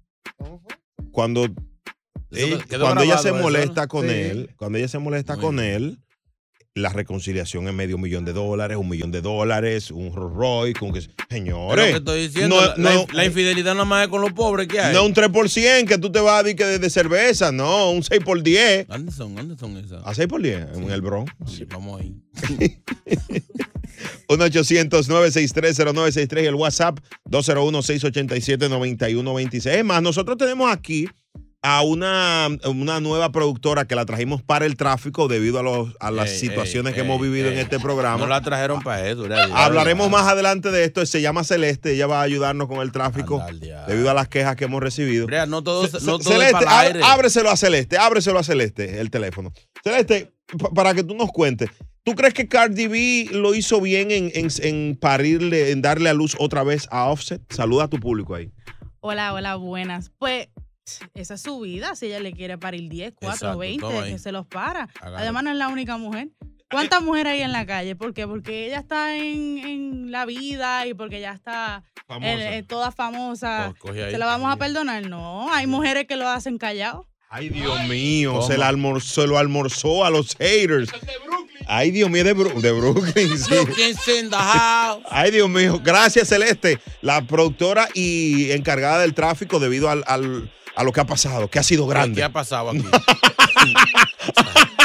Cuando, eh, quedó cuando ella grabado se eso, ¿no? molesta con Sí. él, cuando ella se molesta con él, la reconciliación es medio millón de dólares, un millón de dólares, un Rolls Royce, con que. Es lo Señores. que estoy diciendo. no- la- la, no- la infidelidad nada más es con los pobres que hay. no un 3% que tú te vas a decir que de, de cerveza, no, un 6 por 10. ¿Dónde son? ¿Dónde son esas? A 6 por 10 en el Bronx. Vamos ahí. 1-800-963-0963 y el WhatsApp 201-687-9126. Es más, nosotros tenemos aquí a una, una nueva productora que la trajimos para el tráfico debido a, los, a las Ey, situaciones ey, que ey, hemos vivido en ey. este programa. No Ah, la trajeron para eso. era- era- Hablaremos más adelante de esto. Se llama Celeste. Ella va a ayudarnos con el tráfico debido a las quejas que hemos recibido. No todo, Ce- no todo es Celeste, para ab- el aire. ábreselo a Celeste, ábreselo a Celeste el teléfono. Celeste, pa- para que tú nos cuentes, ¿Tú crees que Cardi B lo hizo bien en, en- en parirle, en darle a luz otra vez a Offset? Saluda a tu público ahí. Hola, hola, buenas. Pues esa es su vida, si ella le quiere parir 10, 4, Exacto, 20, toma ahí. que se los para. Hágalo. Además no es la única mujer. ¿Cuántas mujeres hay en la calle? ¿Por qué? Porque ella está en, en la vida y porque ya está Famosa. en- en toda famosa. Co- Pues, coge ahí. ¿Se la vamos a perdonar? No, hay mujeres que lo hacen callado. Ay, Dios mío, se, la almor- se lo almorzó a los haters. Ay, Dios mío, de, Bru- de Brooklyn, sí. Ay, Dios mío. Gracias, Celeste, la productora y encargada del tráfico debido al- al- a lo que ha pasado, que ha sido grande. ¿Qué ha pasado aquí?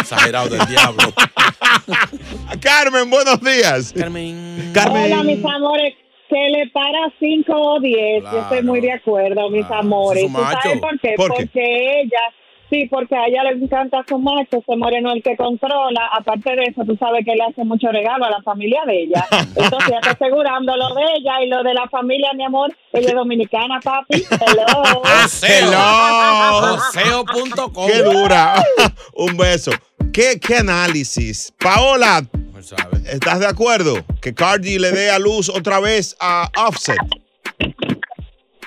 Exagerado del diablo. Ah, Carmen, buenos días. Carmen. Hola, mis amores. Se le para 5 o 10. Yo estoy muy de acuerdo, mis Ah, amores. Eso es un ¿Tú sabes macho. por qué? ¿Por qué? Porque ella, sí, porque a ella le encanta su macho, ese moreno el que controla. Aparte de eso, tú sabes que le hace mucho regalo a la familia de ella. Entonces, ya está asegurando lo de ella y lo de la familia, mi amor. Ella es dominicana, papi. Hello. Hello. Joseo.com. Qué dura. Un beso. ¿Qué, qué análisis? Paola, ¿estás de acuerdo que Cardi le dé a luz otra vez a Offset?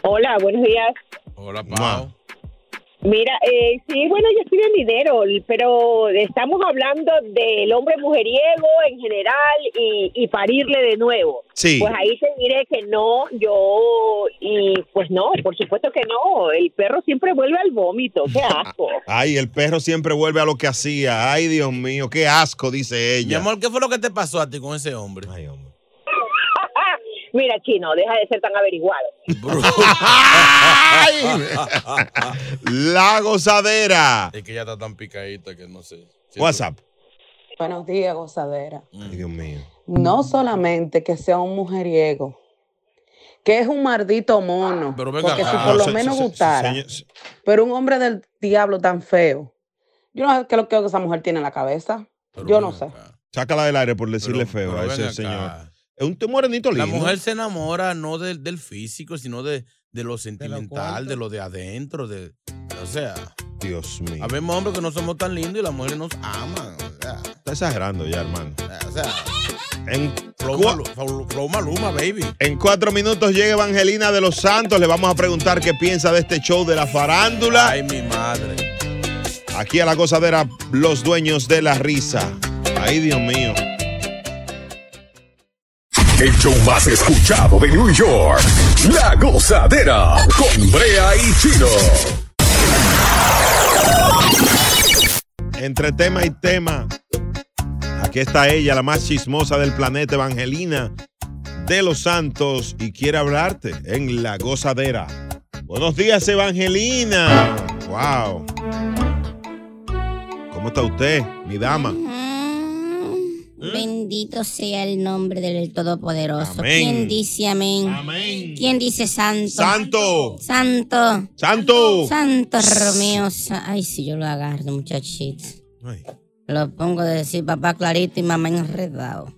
Hola, buenos días. Hola, Pau. Mira, eh, sí, bueno, yo estoy de lidero, pero estamos hablando del hombre mujeriego en general y, y parirle de nuevo. Sí. Pues ahí te diré que no, yo, y pues no, por supuesto que no, el perro siempre vuelve al vómito, qué asco. Ay, el perro siempre vuelve a lo que hacía. Ay, Dios mío, qué asco, dice Mi ella. amor, ¿qué fue lo que te pasó a ti con ese hombre? Mira, chino, deja de ser tan averiguado. La gozadera. Es que ya está tan picadita que no sé. WhatsApp. Buenos días, gozadera. Ay, Dios mío. No solamente que sea un mujeriego, que es un maldito mono, Pero venga porque si acá. por Se- lo se- menos se- gustara, señor- se- pero un hombre del diablo tan feo. Yo no sé qué es lo que esa mujer tiene en la cabeza. Yo no sé. Sácala del aire por decirle feo a pero ven ese acá. señor. Es un morenito lindo. La mujer se enamora no del, del físico, sino de, de lo sentimental, de lo de adentro, de. O sea. Dios mío. Habemos hombres que no somos tan lindos y las mujeres nos aman. O sea, Está exagerando ya, hermano. o sea, En, Flow cua- Malu- Flow- Flow Maluma, baby. en cuatro minutos llega Evangelina de los Santos. Le vamos a preguntar qué piensa de este show de la farándula. Ay, mi madre. Aquí a la gozadera, los dueños de la risa. Ay, Dios mío. El show más escuchado de New York. La gozadera con Brea y Chino. Entre tema y tema. Aquí está ella, la más chismosa del planeta, Evangelina de los Santos, y quiere hablarte en la gozadera. Buenos días, Evangelina. Wow. ¿Cómo está usted, mi dama? ¿Mm? Bendito sea el nombre del Todopoderoso. Amén. ¿Quién dice amén? Amén. ¿Quién dice santo? Santo. Santo. Santo. Santo Romeo. Sa- Ay, si yo lo agarro, muchachito. Lo pongo de decir papá clarito y mamá enredado.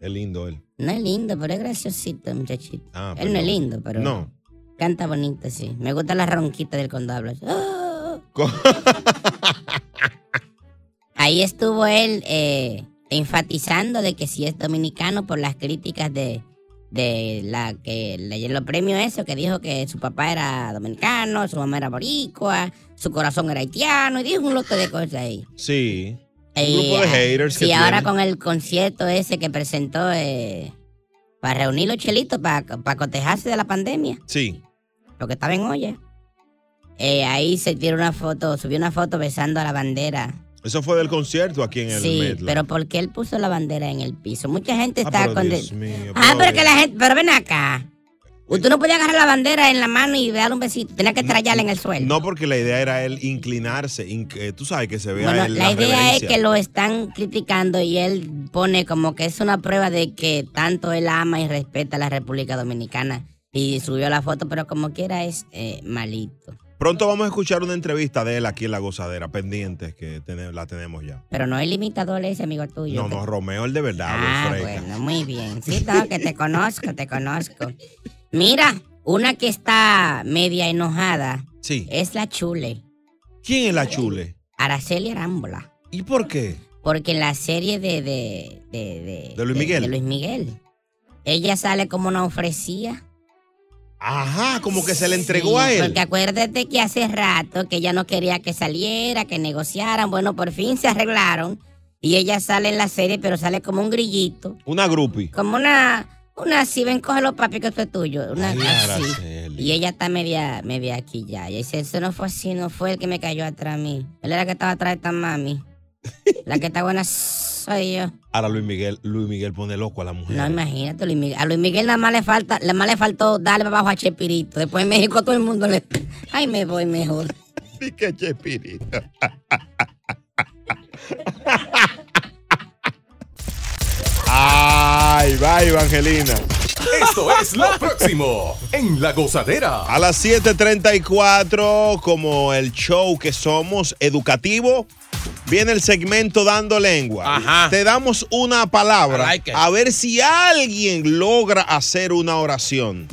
Es lindo él. No es lindo, pero es graciosito, muchachito. Ah, Él no es perdón. lindo, pero. No. Canta bonito, sí. Me gusta la ronquita del cuando habla. ¡Ah! Ahí estuvo él eh, enfatizando de que si es dominicano por las críticas de, de la que le los premios eso, que dijo que su papá era dominicano, su mamá era boricua, su corazón era haitiano, y dijo un lote de cosas ahí. Sí. Y, Un grupo de ah, haters que sí, ahora tiene. con el concierto ese que presentó eh, para reunir los chelitos, para, para cotejarse de la pandemia. Sí. Lo que estaba en olla. Eh, ahí se tiró una foto, subió una foto besando a la bandera. Eso fue del concierto aquí en el Sí, Medley. pero ¿por qué él puso la bandera en el piso? Mucha gente Ah, está pero con... Dios mío, Ah, pero pobre. que la gente... Pero ven acá. Tú no podías agarrar la bandera en la mano y darle un besito. Tenías que estrellarla en el suelo. No, porque la idea era él inclinarse. inc- eh, tú sabes que se vea Bueno, él la, idea es reverencia. que lo están criticando y él pone como que es una prueba de que tanto él ama y respeta a la República Dominicana. Y subió la foto, pero como quiera es eh, malito. Pronto vamos a escuchar una entrevista de él aquí en La Gozadera, pendientes, que tene- la tenemos ya. Pero no es limitador ese amigo tuyo. No, que- no, Romeo, el de verdad. Ah, el freca. bueno, muy bien. Sí, no, que te conozco, te conozco. Mira, una que está media enojada Sí. es la Chule, ¿Quién es la chule? Araceli Arámbula. ¿Y por qué? Porque en la serie de, de, de, de- ¿De Luis de- Miguel? de Luis Miguel, ella sale como nos ofrecía. Ajá, como que se le entregó Sí, a él. Porque acuérdate que hace rato que ella no quería que saliera, que negociaran. Bueno, por fin se arreglaron. Y ella sale en la serie, pero sale como un grillito. Una groupie. Como una, una así, ven, cógelo papi, que esto es tuyo. Una Ay, así. Araceli. Y ella está media, media aquí ya. Y dice, eso no fue así, no fue el que me cayó atrás a mí. Él era el que estaba atrás de esta mami. La que está buena soy yo. Ahora Luis Miguel, Luis Miguel pone loco a la mujer. No, imagínate, Luis Miguel. A Luis Miguel nada más le falta, nada más le faltó darle para abajo a Chespirito. Después en México todo el mundo le. Ay, me voy mejor. Sí, que Chespirito. Ay, va Evangelina. Esto es lo próximo en La Gozadera. A las 7:34, como el show que somos educativo, viene el segmento Dando Lengua. Te damos una palabra I like it. a ver si alguien logra hacer una oración.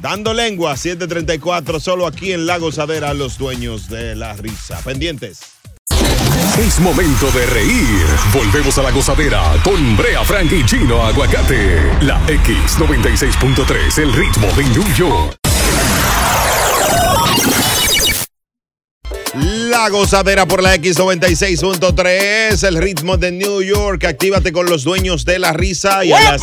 Dando Lengua, 7:34, solo aquí en La Gozadera, los dueños de la risa. Pendientes. Es momento de reír. Volvemos a la gozadera con Brea Frank y Chino Aguacate. La X96.3, el ritmo de New York. La gozadera por la X96.3, el ritmo de New York. Actívate con los dueños de la risa y a las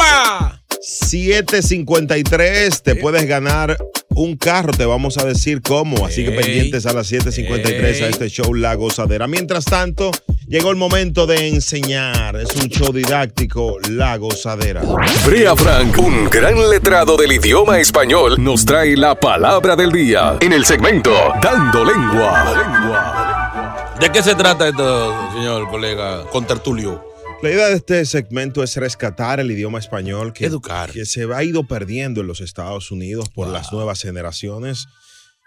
7.53 te puedes ganar un carro. Te vamos a decir cómo. Así que Ey. pendientes a las 7.53 a Ey. este show La Gozadera. Mientras tanto, llegó el momento de enseñar. Es un show didáctico, La Gozadera. Brea Frank, un gran letrado del idioma español, nos trae la palabra del día en el segmento Dando Lengua. ¿De qué se trata esto, señor colega contertulio? La idea de este segmento es rescatar el idioma español que, que se ha ido perdiendo en los Estados Unidos por las nuevas generaciones.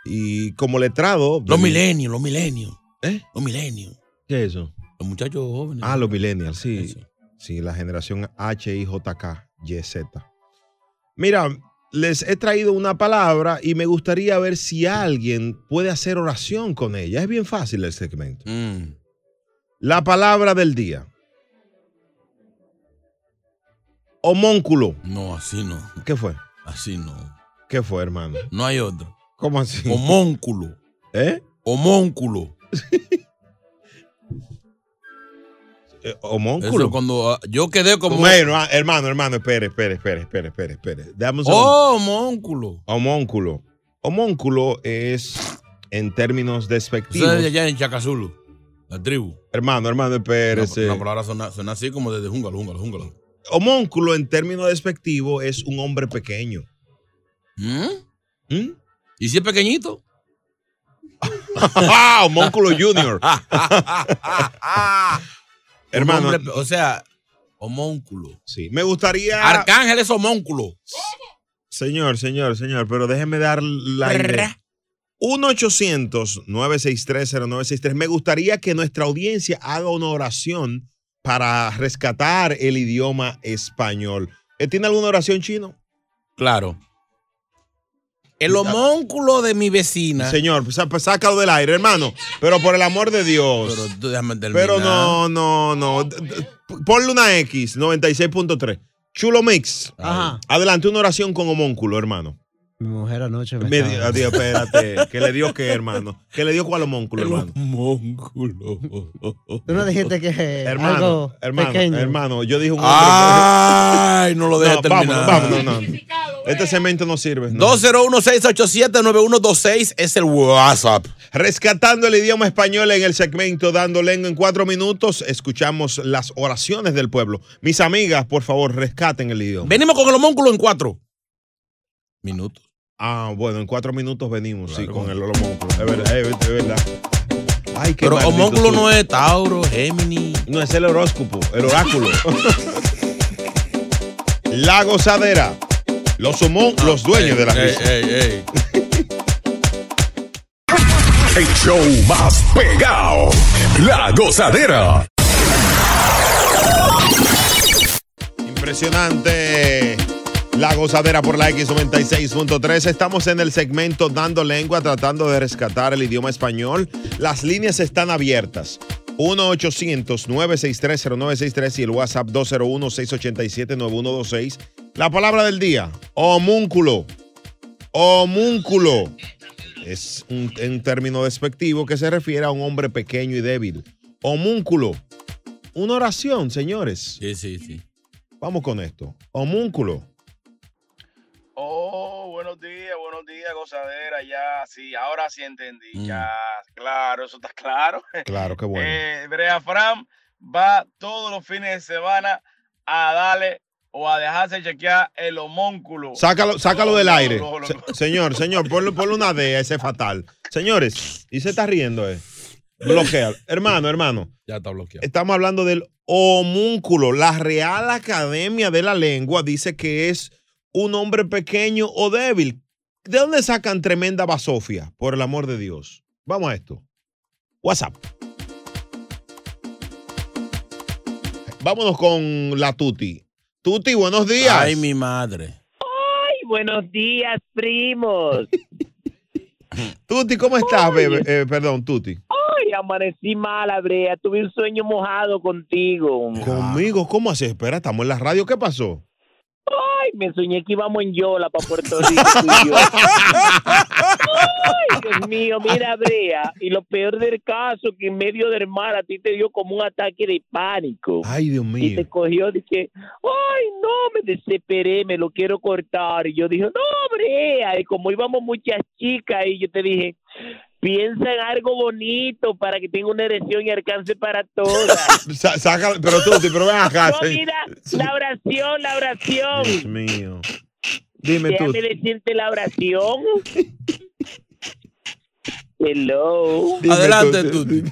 Y como letrado. Los del- milenios, los milenios. ¿Eh? Los milenios. ¿Qué es eso? Los muchachos jóvenes. Ah, los millennials, sí. Sí, la generación H, I, J, K, Y, Z. Mira, les he traído una palabra y me gustaría ver si alguien puede hacer oración con ella. Es bien fácil el segmento. Mm. La palabra del día. Homónculo. No, así no. ¿Qué fue? Así no. ¿Qué fue, hermano? No hay otro. ¿Cómo así? Homónculo. ¿Eh? Homónculo. Eh, homónculo. Eso cuando ah, yo quedé como. Bueno, herma- ah, hermano, hermano, espere, espere, espere, espere, espere, espere. Dame un segundo. Oh, homónculo. Homónculo. Homónculo es, en términos Eso despectivos. es de allá en Chacazulu, la tribu. Hermano, hermano, eh. espérese. La palabra suena, suena así como desde Júngalo, Júngalo, Júngalo. Homónculo, en términos despectivos, es un hombre pequeño. ¿Mm? ¿Y si es pequeñito? homónculo Junior. hermano. Un hombre- o sea, homónculo. Sí, me gustaría. Arcángel es homónculo. Señor, señor, señor, pero déjeme dar la idea. 1-800-963-0963. Me gustaría que nuestra audiencia haga una oración para rescatar el idioma español. ¿Eh, ¿Tiene alguna oración chino? Claro. El homónculo de mi vecina. Señor, sa- pues sácalo del aire, hermano. Pero por el amor de Dios. Pero tú déjame terminar. Pero no, no, no. D- d- Ponle una X, 96.3. Chulo Mix. Ajá. Adelante, una oración con homónculo, hermano. Mi mujer anoche me. Me di- estaba- adiós, espérate. ¿Qué le dio qué, hermano? ¿Qué le dio cuál homónculo, hermano? Homónculo. Tú no dijiste que. Hermano. Hermano, Algo hermano, pequeño. hermano, yo dije un hombre. Ay, no lo dejes terminar. Vámonos, vámonos, no. Este cemento no sirve. no. 201-687-9126 es el WhatsApp. Rescatando el idioma español en el segmento Dando Lengua en cuatro minutos, escuchamos las oraciones del pueblo. Mis amigas, por favor, rescaten el idioma. Venimos con el homónculo en cuatro. Minutos. Ah, bueno, en cuatro minutos venimos, sí, con el homónculo. Es verdad, es verdad, es verdad. Ay, qué Pero maldito homónculo susto. no es Tauro, Géminis. No, es el horóscopo, el oráculo. La gozadera. Los homón, Ah, los dueños de la Ey, risa. ey, ey. El show más pegado. La Gozadera. Impresionante. La gozadera por la X96.3. Estamos en el segmento Dando Lengua, tratando de rescatar el idioma español. Las líneas están abiertas. 1-800-963-0963 y el WhatsApp 201-687-9126. La palabra del día, homúnculo. Homúnculo. Es un, un término despectivo que se refiere a un hombre pequeño y débil. Homúnculo. Una oración, señores. Sí, sí, sí. Vamos con esto. Homúnculo. Oh, buenos días, buenos días, gozadera. Ya, sí, ahora sí entendí. Mm. Ya, claro, eso está claro. Claro, qué bueno. Eh, Brea Fram va todos los fines de semana a darle o a dejarse chequear el homónculo. Sácalo, sácalo del Lo- aire. lo- lo- Se- señor, señor, ponle, ponle una D, ese es fatal. Señores, y se está riendo, eh. Bloquea. hermano, hermano. Ya está bloqueado. Estamos hablando del homúnculo. La Real Academia de la Lengua dice que es un hombre pequeño o débil. ¿De dónde sacan tremenda basofia? Por el amor de Dios. Vamos a esto. WhatsApp. Vámonos con la Tuti. Tuti, buenos días. Ay, mi madre. Ay, buenos días, primos. Tuti, ¿cómo estás, bebé? Eh, perdón, Tuti. Ay, amanecí mala, Brea. Tuve un sueño mojado contigo. Ah. Conmigo, ¿cómo así? Espera, estamos en la radio, ¿qué pasó? Ay, me soñé que íbamos en Yola para Puerto Rico. tú y yo. Ay, Dios mío, mira, Brea. Y lo peor del caso, que en medio del mar a ti te dio como un ataque de pánico. Ay, Dios Y te cogió, dije, ay, no, me desesperé, me lo quiero cortar. Y yo dije, no, Brea. Y como íbamos muchas chicas, y yo te dije, piensa en algo bonito para que tenga una erección y alcance para todas. Sa- saca- pero Tuti, pero ven acá. No, señor. mira, la oración, la oración. Dios mío. Dime, Déjame Tuti. decirte la oración. Hello. Dime, Adelante, Tuti.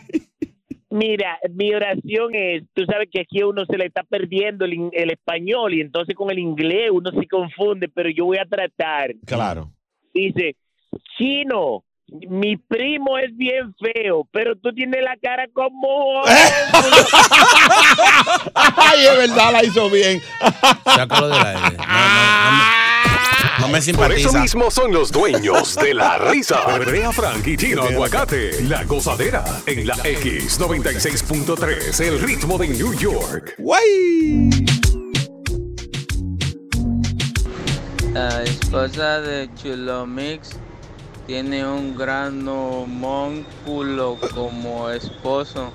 Mira, mi oración es, tú sabes que aquí a uno se le está perdiendo el, in- el español y entonces con el inglés uno se confunde, pero yo voy a tratar. Claro. Dice, chino, mi primo es bien feo, pero tú tienes la cara como... Ay, es verdad, la hizo bien. Sácalo del aire. No, no, no me- no me Por eso simpatiza. mismo son los dueños de la risa. Brea Frank y Chino Aguacate. La gozadera en la X96.3. El ritmo de New York. La esposa de Chulomix tiene un gran homúnculo como esposo.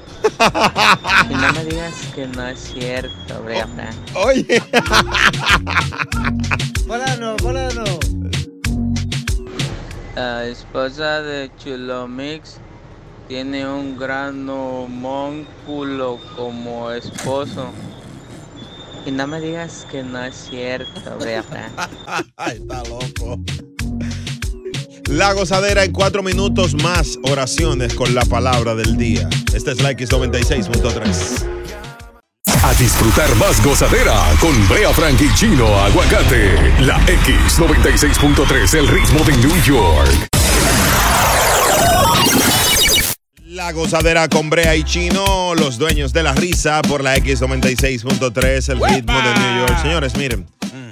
Y no me digas que no es cierto, Brea Frank. Oye. Volano, volano. La esposa de Chulomix tiene un gran homúnculo como esposo. Y no me digas que no es cierto, Brea Frank. Está loco. La gozadera en cuatro minutos más oraciones con la palabra del día. Esta es la X96.3. A disfrutar más gozadera con Brea Frank y Chino Aguacate. La X96.3. El ritmo de New York. La gozadera con Brea y Chino, los dueños de la risa por la X96.3, el ritmo de New York. Señores, miren,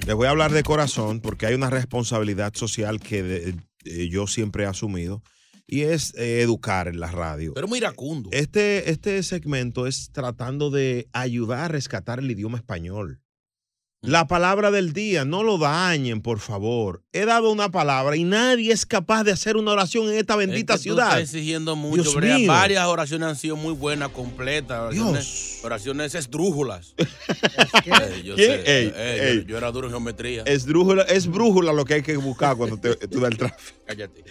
les voy a hablar de corazón porque hay una responsabilidad social que de- eh, yo siempre he asumido y es eh, educar en la radio. Pero muy iracundo. Este, este segmento es tratando de ayudar a rescatar el idioma español. Mm. La palabra del día, no lo dañen, por favor. He dado una palabra y nadie es capaz de hacer una oración en esta bendita Es que tú ciudad. estás exigiendo mucho, Dios Brea. mío. Varias oraciones han sido muy buenas, completas. Oraciones, oraciones esdrújulas. Eh, yo, ¿Qué? sé, Ey, eh, ey. yo- yo era duro en geometría. Es brújula, es brújula lo que hay que buscar cuando te, tú das el tráfico. Cállate.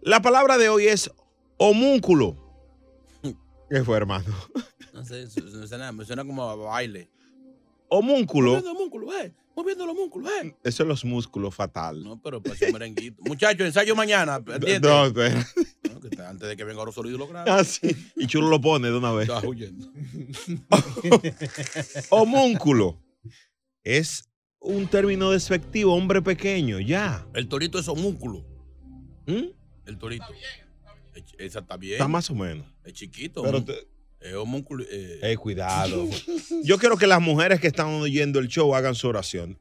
La palabra de hoy es homúnculo. ¿Qué fue, hermano? No sé, su- su- me suena, me suena como a baile. Homúnculo, Moviendo el músculo, eh. Moviendo los músculos, eh. eso es los músculos fatal. No, pero para un merenguito. Muchachos, ensayo mañana. ¿entiendes? No, espera. No, que está- Antes de que venga Rosario y lo grabe. Ah, sí. Y Chulo lo pone de una vez. Está huyendo. Homúnculo es un término despectivo, hombre pequeño, ya. El torito es homúnculo. ¿Mm? El torito. Es chi- Esa está bien. Está más o menos. Es chiquito. Pero Pero Es homúnculo. eh. Eh, cuidado. Yo quiero que las mujeres que están oyendo el show hagan su oración.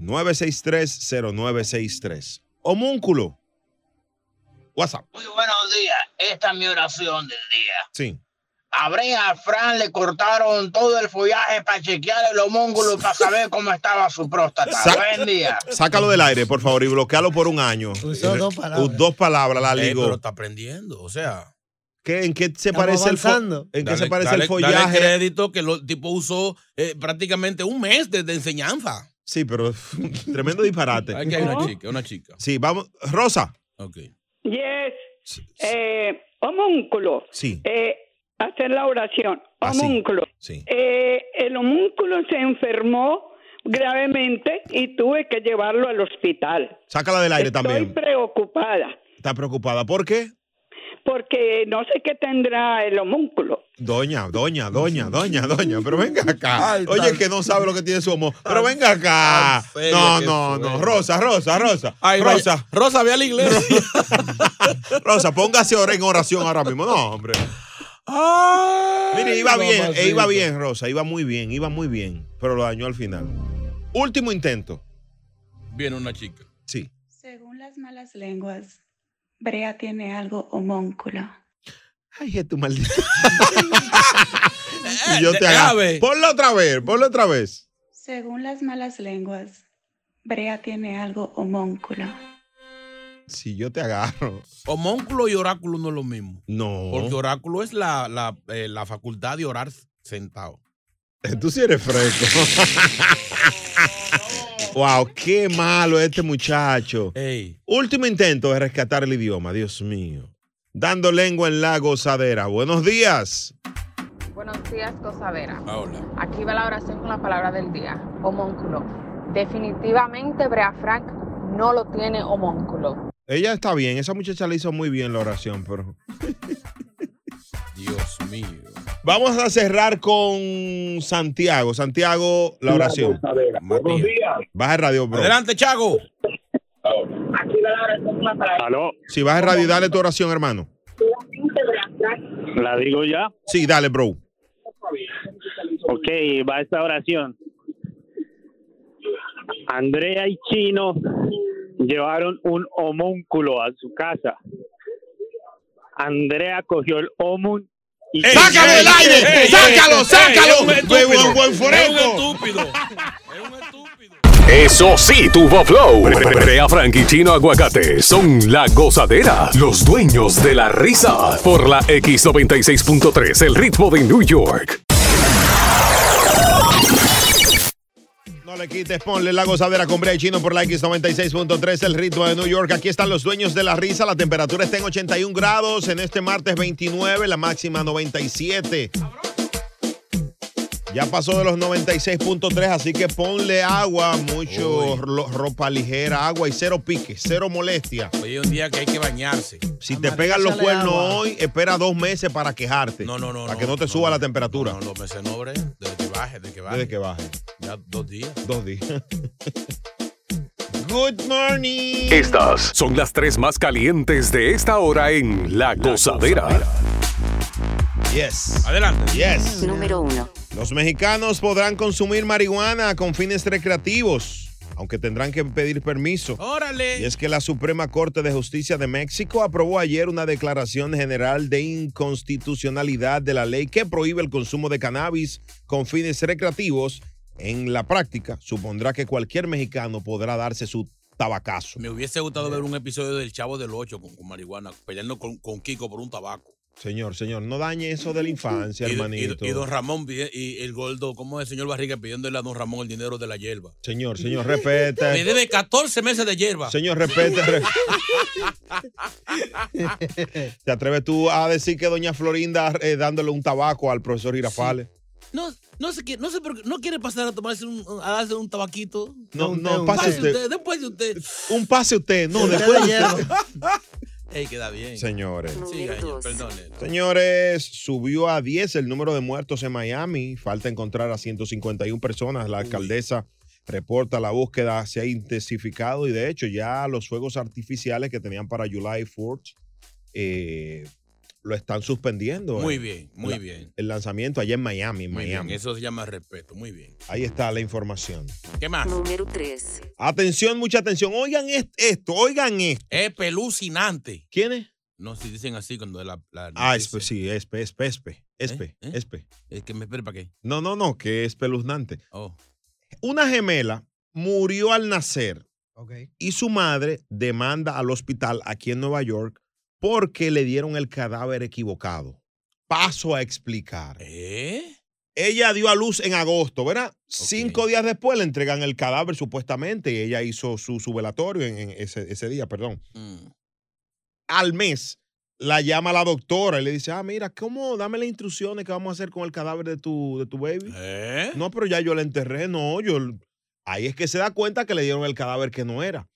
1-800-963-0963. Homúnculo. WhatsApp. Muy buenos días. Esta es mi oración del día. Sí. A Brea Fran le cortaron todo el follaje para chequear los móngulos para saber cómo estaba su próstata. Sa- Buen día. Sácalo del aire, por favor, y bloquealo por un año. Usó dos palabras. U- Dos palabras, la Eh, pero ligó. está aprendiendo, o sea. ¿Qué- ¿En qué se parece el fo- ¿En qué se Dale- parece dale- el follaje? Dale crédito que el tipo usó eh, prácticamente un mes de, de enseñanza. Sí, pero tremendo disparate. Aquí hay una chica, una chica. Sí, vamos. Rosa. Yes. Eh, homúnculo. Sí. Eh, hacer la oración. Ah, Homúnculo. Eh, el homúnculo se enfermó gravemente y tuve que llevarlo al hospital. Sácala del aire Estoy también. preocupada Está preocupada. ¿Por qué? porque no sé qué tendrá el homúnculo. Doña, doña, doña, doña, doña, pero venga acá. Oye, que no sabe lo que tiene su homo. Pero venga acá. serio No, que no, no. Rosa, Rosa, Rosa. Rosa. Rosa, ve a la iglesia. Rosa, póngase ahora en oración ahora mismo. No, hombre. Mire, iba bien, eh, iba bien, Rosa. Iba muy bien, iba muy bien. Pero lo dañó al final. Último intento. Viene una chica. Sí. Según las malas lenguas, Brea tiene algo homónculo. Ay, es tu maldita. Eh, Y yo te haga. Ponlo otra vez, ponlo otra vez. Según las malas lenguas, Brea tiene algo homónculo. Si yo te agarro. Homónculo y oráculo no es lo mismo. No. Porque oráculo es la, la, eh, la facultad de orar sentado. Eh, Tú sí eres fresco. wow, qué malo este muchacho. Último intento de rescatar el idioma, Dios mío. Dando lengua en la gozadera. Buenos días. Buenos días, Cosadera. Hola. Aquí va la oración con la palabra del día, homónculo. Definitivamente Brea Frank no lo tiene homónculo. Ella está bien, esa muchacha le hizo muy bien la oración, pero. Dios mío. Vamos a cerrar con Santiago. Santiago, la oración. Buenos días. Baja el radio, bro. Adelante, Chago. Aquí va la oración con la palabra Aló, Si baja el radio, y dale tu oración, hermano. la digo ya. Sí, dale, bro. Ok, va esta oración. Andrea y Chino llevaron un homúnculo a su casa. Andrea cogió el homún y... ¡Sácalo del aire! ¡Sácalo, sácalo! Fue un buen Eso sí, tuvo flow. Brea Frank y Chino Aguacate son la gozadera, los dueños de la risa. Por la X96.3, el ritmo de New York. No le quites, ponle la gozadera con Brea y Chino por la X96.3, el ritmo de New York. Aquí están los dueños de la risa. La temperatura está en 81 grados. En este martes 29, la máxima 97. Ya pasó de los 96.3, así que ponle agua, mucho ro- ropa ligera, agua y cero pique, cero molestia. Hoy es un día que hay que bañarse. Si te pegan los échale cuernos agua. hoy, espera dos meses para quejarte. No, no, no. Para que no te suba la temperatura. No, los meses no, bre, desde que baje, desde que baje. Desde que baje. Ya dos días. Dos días. Good morning. Estas son las tres más calientes de esta hora en La Gozadera. Yes. Adelante. Yes. Número uno. Los mexicanos podrán consumir marihuana con fines recreativos, aunque tendrán que pedir permiso. Órale. Y es que la Suprema Corte de Justicia de México aprobó ayer una declaración general de inconstitucionalidad de la ley que prohíbe el consumo de cannabis con fines recreativos. En la práctica, supondrá que cualquier mexicano podrá darse su tabacazo. Me hubiese gustado ver un episodio del Chavo del Ocho con, con marihuana, peleando con, con Kiko por un tabaco. Señor, señor, no dañe eso de la infancia, Y, hermanito. y- y don Ramón pide- y el gordo, ¿cómo es el señor Barriga pidiéndole a don Ramón el dinero de la hierba? Señor, señor, respeta. Me debe 14 meses de hierba. Señor, respete. re- ¿Te atreves tú a decir que doña Florinda eh, dándole un tabaco al profesor Girafales? No, no sé qué, no sé por qué, no quiere pasar a tomarse un, a darse un tabaquito. No, no, pase usted. Después de usted. Un pase usted, no, Usted después de de usted. Ey, queda bien. Señores. Sí, gallo, perdone. Señores, subió a 10 el número de muertos en Miami. Falta encontrar a 151 personas. La alcaldesa reporta la búsqueda se ha intensificado y de hecho ya los fuegos artificiales que tenían para July 4th eh, lo están suspendiendo. Muy Eh, bien, muy la- bien. El lanzamiento allá en Miami, en Muy bien, eh. Miami. Eso se llama respeto. Muy bien. Ahí está la información. ¿Qué más? Número 3. Atención, mucha atención. Oigan est- esto, oigan esto. Es pelucinante. ¿Quién es? No, si dicen así cuando es la. la pues Ah, espe, sí, espe, espe, espe. ¿Eh? Espe, espe. Es que me espere para qué. No, no, no, que es espeluznante. Oh. Una gemela murió al nacer y su madre demanda al hospital aquí en Nueva York porque le dieron el cadáver equivocado. Paso a explicar. Ella dio a luz en agosto, ¿verdad? Cinco días después le entregan el cadáver supuestamente y ella hizo su, su velatorio en, en ese, ese día, perdón. Al mes la llama la doctora y le dice, ah, mira, ¿cómo? Dame las instrucciones que vamos a hacer con el cadáver de tu, de tu baby. ¿Eh? No, pero ya yo la enterré, no, yo... Ahí es que se da cuenta que le dieron el cadáver que no era.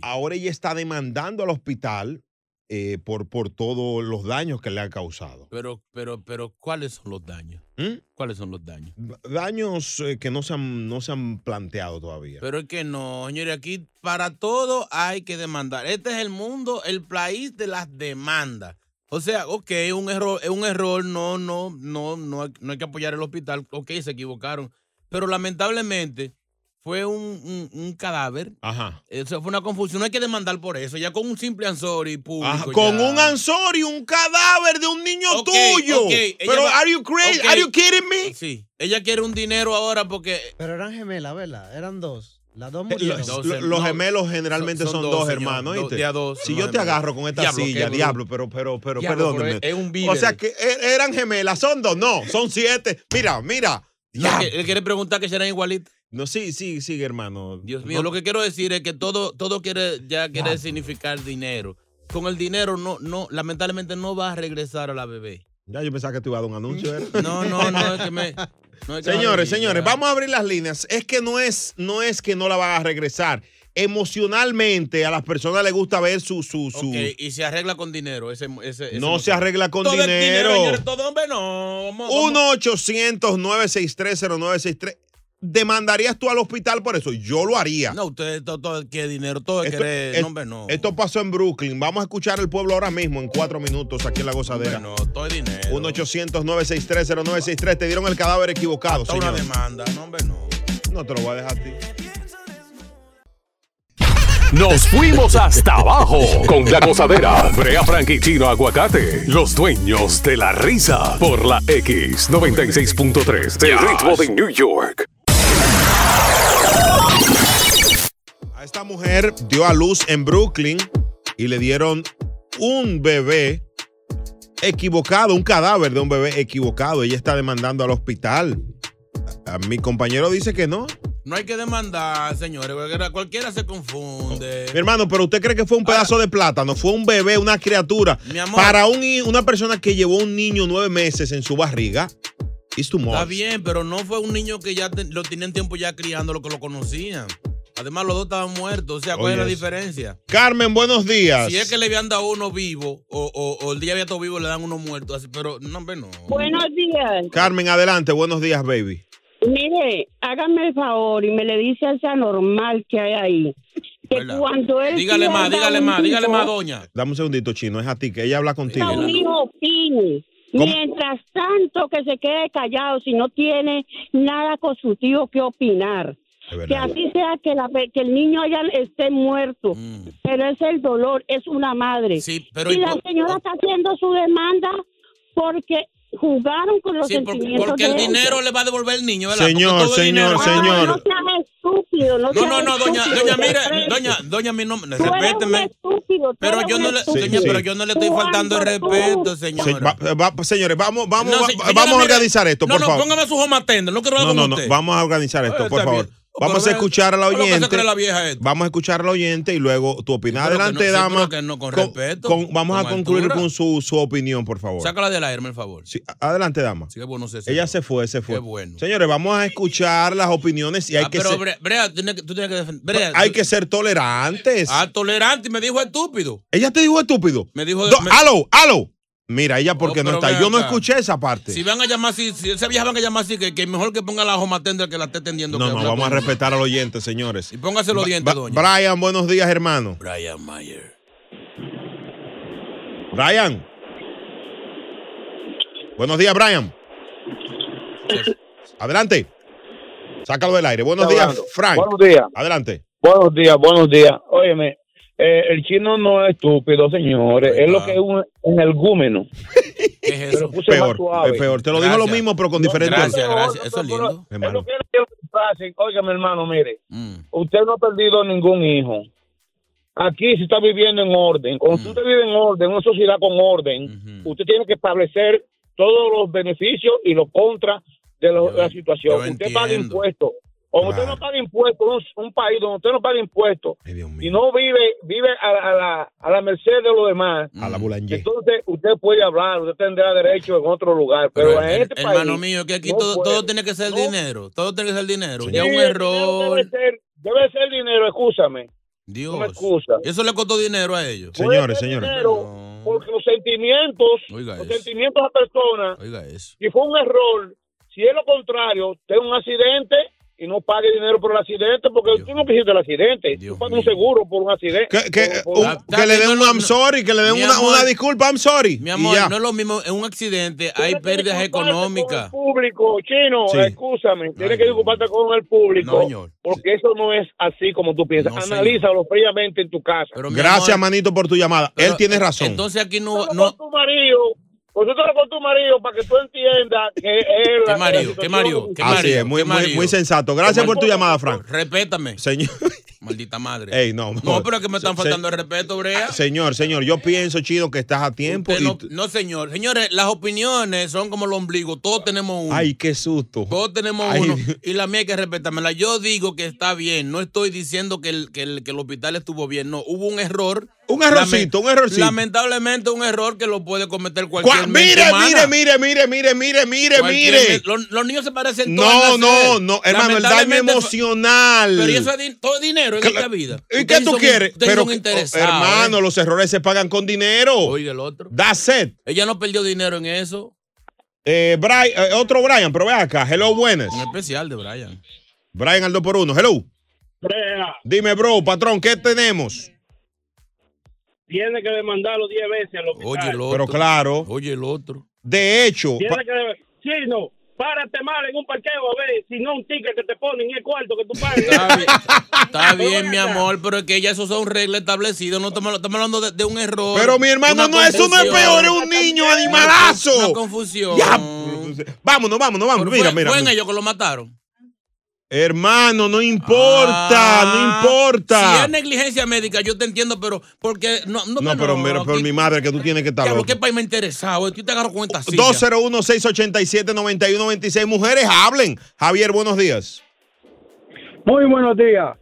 Ahora ella está demandando al hospital eh, por, por todos los daños que le han causado. Pero, pero, pero, ¿cuáles son los daños? ¿Mm? ¿Cuáles son los daños? Daños eh, que no se, han, no se han planteado todavía. Pero es que no, señores, aquí para todo hay que demandar. Este es el mundo, el país de las demandas. O sea, ok, es un error, es un error, no, no, no, no, hay- no hay que apoyar el hospital, ok, se equivocaron. Pero lamentablemente fue un, un- un cadáver. Ajá. Eso fue una confusión, no hay que demandar por eso, ya con un simple ansori público. Ajá, con ya. un ansor y un cadáver de un niño Ok, tuyo. ok, ella Pero, va- are you crazy? ok. Are you kidding me? Sí, ella quiere un dinero ahora porque Pero eran gemelas, ¿verdad? Eran dos. Las dos Eh, murieron. Los, lo- los gemelos generalmente son, dos, hermanos. ¿oíste? si yo te agarro con esta Diablo, silla, qué diablo, pero, pero, pero, Diablo, pero perdóneme. es un o víver. sea que er- eran gemelas, son dos, no, son siete. Mira, mira. Él quiere preguntar que serán igualitos. No, sí, sí, sí, hermano. Dios mío, lo que quiero decir es que todo, todo quiere, ya quiere significar dinero. Con el dinero no, no, lamentablemente no va a regresar a la bebé. Ya yo pensaba que te iba a dar un anuncio. ¿eh? No, no, no, es que me. no, es que- Señores, Ay, señores, ya. vamos a abrir las líneas. Es que no es, no es que no la van a regresar. Emocionalmente a las personas les gusta ver su, su, su. Ok, y se arregla con dinero. Ese, ese, ese No se motor. arregla con Todo es dinero. señores, todo hombre no. Vamos, vamos. 1-800-963-0963. ¿Demandarías tú al hospital por eso? Yo lo haría. No, ustedes, todo, todo quiere dinero, todo Esto- quiere. es- No, hombre, no. Esto pasó en Brooklyn. Vamos a escuchar el pueblo ahora mismo en cuatro minutos aquí en La Gozadera. No, todo es dinero. 1-800-963-0963. Te dieron el cadáver equivocado, Toda una señor. demanda. No, hombre, no. No te lo voy a dejar a ti. Nos fuimos hasta abajo con la gozadera. Brea Frank y Chino Aguacate, los dueños de la risa por la X96.3 del ritmo de New York. A esta mujer dio a luz en Brooklyn y le dieron un bebé equivocado, un cadáver de un bebé equivocado. Ella está demandando al hospital. A- a mi compañero dice que no. No hay que demandar, señores. Cualquiera, cualquiera se confunde. Mi hermano, pero usted cree que fue un pedazo de plátano, fue un bebé, una criatura. Mi amor. Para un, hi- una persona que llevó un niño nueve meses en su barriga, es tu Está bien, pero no fue un niño que ya te- lo tenían tiempo ya criándolo, que lo conocían. Además, los dos estaban muertos. O sea, ¿cuál Oh, es la yes. diferencia? Carmen, buenos días. Si es que le habían dado uno vivo, o, o- o el día había todo vivo, le dan uno muerto. así, pero no, hombre, no. Buenos días. Carmen, adelante, buenos días, baby. Mire, hágame el favor y me le dice a ese anormal que hay ahí. Que cuando él. Dígale más, pierda dígale un más, hijo, dígale más, doña. Dame un segundito, chino, es a ti, que ella habla contigo. Un hijo opine. ¿Cómo? Mientras tanto que se quede callado si no tiene nada constructivo que opinar. Que así sea que, la, pe- que el niño haya, esté muerto, pero es el dolor, es una madre. Mm. pero y ¿y la por- señora está haciendo su demanda porque jugaron con los Sí, por- porque, sentimientos de el ella. dinero le va a devolver el niño, ¿verdad? Señor, Porque todo es señor, Ah, señor. No seas estúpido, no No, no, seas no, doña, estúpido, doña, te mire, aprecio. doña, doña, mi nombre, Tú eres un respéteme. estúpido, tú Pero eres yo un no le, estúpido. doña, pero yo no le estoy faltando el respeto, señor. Se- va- eh, va- va- señores, vamos, vamos, No, va- se- va- señora, vamos a mire, organizar esto, no, por no, favor. póngame su home atender, no quiero hablar No, con no, no, usted. vamos a organizar esto, Eh, por está favor. bien. Vamos a Correcto. escuchar al Lo que se oyente. cree la vieja Vamos a escuchar al oyente y luego tu opinión. Pero que Adelante, no- sí, dama. pero que no, con respeto, con- vamos con a concluir altura. con su, su opinión, por favor. Sácala del aire, por favor. Sí, a- adelante, dama. Sí, pues, qué bueno se Ella se fue, se fue. Qué bueno. Señores, vamos a escuchar las opiniones y hay Ah, que pero ser, Pues, Bre- Brea, tú tienes que- tú tienes que defender. Brea, hay tú- que ser tolerantes. Ah, tolerante y me dijo estúpido. Ella te dijo estúpido. Me dijo. Do- me- ¡Aló! ¡Aló! Mira, ella porque no pero está. ven Yo no acá. escuché esa parte. Si van a llamar así, si esa vieja van a llamar así, que, que mejor que ponga la home atender que la esté tendiendo. no, que no, habla vamos a con- respetar al oyente, señores. Y póngase los dientes, doña. Brian, buenos días, hermano. Brian Mayer. Brian. Buenos días, Brian. Adelante. Sácalo del aire. Buenos Está días, hablando. Frank. Buenos días. Adelante. Buenos días, buenos días. Óyeme, eh, el chino no es estúpido, señores. Es lo que es un energúmeno. Pero puse más peor, suave. es peor. Te lo digo lo Gracias. mismo, pero con diferente. Gracias, gracias. Eso es lindo. Es lo que yo quiero que pasen. Oiga, mi hermano, mire. Usted no ha perdido ningún hijo. Aquí se está viviendo en orden. Cuando usted vive en orden, una sociedad con orden, usted tiene que establecer todos los beneficios y los contras de lo- la situación. Usted paga impuestos. Cuando usted no paga impuestos, un, un país donde usted no paga impuestos y no vive vive a, la- a la, a la merced de los demás, A la Boulanger. entonces usted puede hablar, usted tendrá derecho en otro lugar. Pero, Pero, en her- este país. hermano mío, que aquí no todo, puede. todo tiene que ser dinero. Todo tiene que ser dinero. Sí, Ya un el dinero error. Debe ser, debe ser dinero, escúchame. Dios. Una excusa. Eso le costó dinero a ellos. Puede ser dinero, porque los sentimientos, Oiga los eso. sentimientos de la persona, Oiga eso. si fue un error, si es lo contrario, tenga un accidente y no pague dinero por el accidente, porque tú no quisiste el accidente, tú pagas un seguro por un accidente. por- por- Un- que le den un I'm sorry, que le den Mi una, amor. una disculpa, I'm sorry. Mi y amor, ya. no es lo mismo. En un accidente hay pérdidas económicas. público, chino, Sí. escúchame, tienes que disculparte con el público, No, señor. porque eso no es así como tú piensas. señor. Analízalo fríamente en tu casa. Gracias, manito, por tu llamada. Él eh, tiene razón. Entonces aquí no. no... Con tu marido, consúltalo con tu marido para que tú entiendas que él. ¿Qué marido? ¿Qué marido? ¿Qué Así marido? es, muy, ¿Qué muy- marido? muy sensato. Gracias ¿Qué por tu marido? llamada, Frank. Respétame. Señor. Maldita madre. Ey, no, no, pero es que me están Se- faltando el respeto, Brea. Señor, señor, yo pienso, chido, que estás a tiempo. Usted y- no, no, señor. Señores, las opiniones son como el ombligo. Todos tenemos uno. Ay, qué susto. Todos tenemos Ay, uno. Dios. Y la mía hay que respetármela. Yo digo que está bien. No estoy diciendo que el, que el, que el hospital estuvo bien. No, hubo un error. Un errorcito, un errorcito. Lamentablemente un error que lo puede cometer Cua- cualquier mente Mire, humana. mire, mire, mire, mire, mire, mire, Cualquier mire. men- Los, los niños se parecen todos No, al nacer. no, no, hermano, el daño Lamentablemente fue- emocional. Oh, Pero y eso es din- todo es dinero en Cla- esta vida. ¿Y qué Ustedes tú son- quieres? ustedes Pero, son que- oh, interesados, hermano, ¿eh? los errores se pagan con dinero. Oiga, el otro. Da set. Ella no perdió dinero en eso. Eh, Bri- eh, otro Brian, pero ve acá. Hello, buenas. Un especial de Brian. Brian al 2x1. Hello. Dime, bro, patrón, ¿qué tenemos? Tiene que demandarlo 10 veces al hospital. Pero claro. Oye, el otro. De hecho, pa- Tiene que deb- Chino, párate mal en un parqueo a ver si no un ticket que te ponen en el cuarto que tú pagas. Está bien, mi amor, pero es que ya esos son reglas establecidas. No estamos, estamos hablando de, de un error. Pero, mi hermano, Una no, eso no es confusión. peor, es un niño animalazo. Una confusión. Ya. vámonos, vámonos, vámonos. Mira, Fue- mira. Fue en mira. ellos que lo mataron. e- Hermano, no importa, no importa. Ah, Si es negligencia médica, yo te entiendo, pero porque no, no, No, pero, mira, pero mi madre, que tú tienes que estar Diablo, loco. qué país me ha interesado. Yo te agarro con esta silla. 201-687-9126. Mujeres, hablen. Javier, buenos días. Muy buenos días.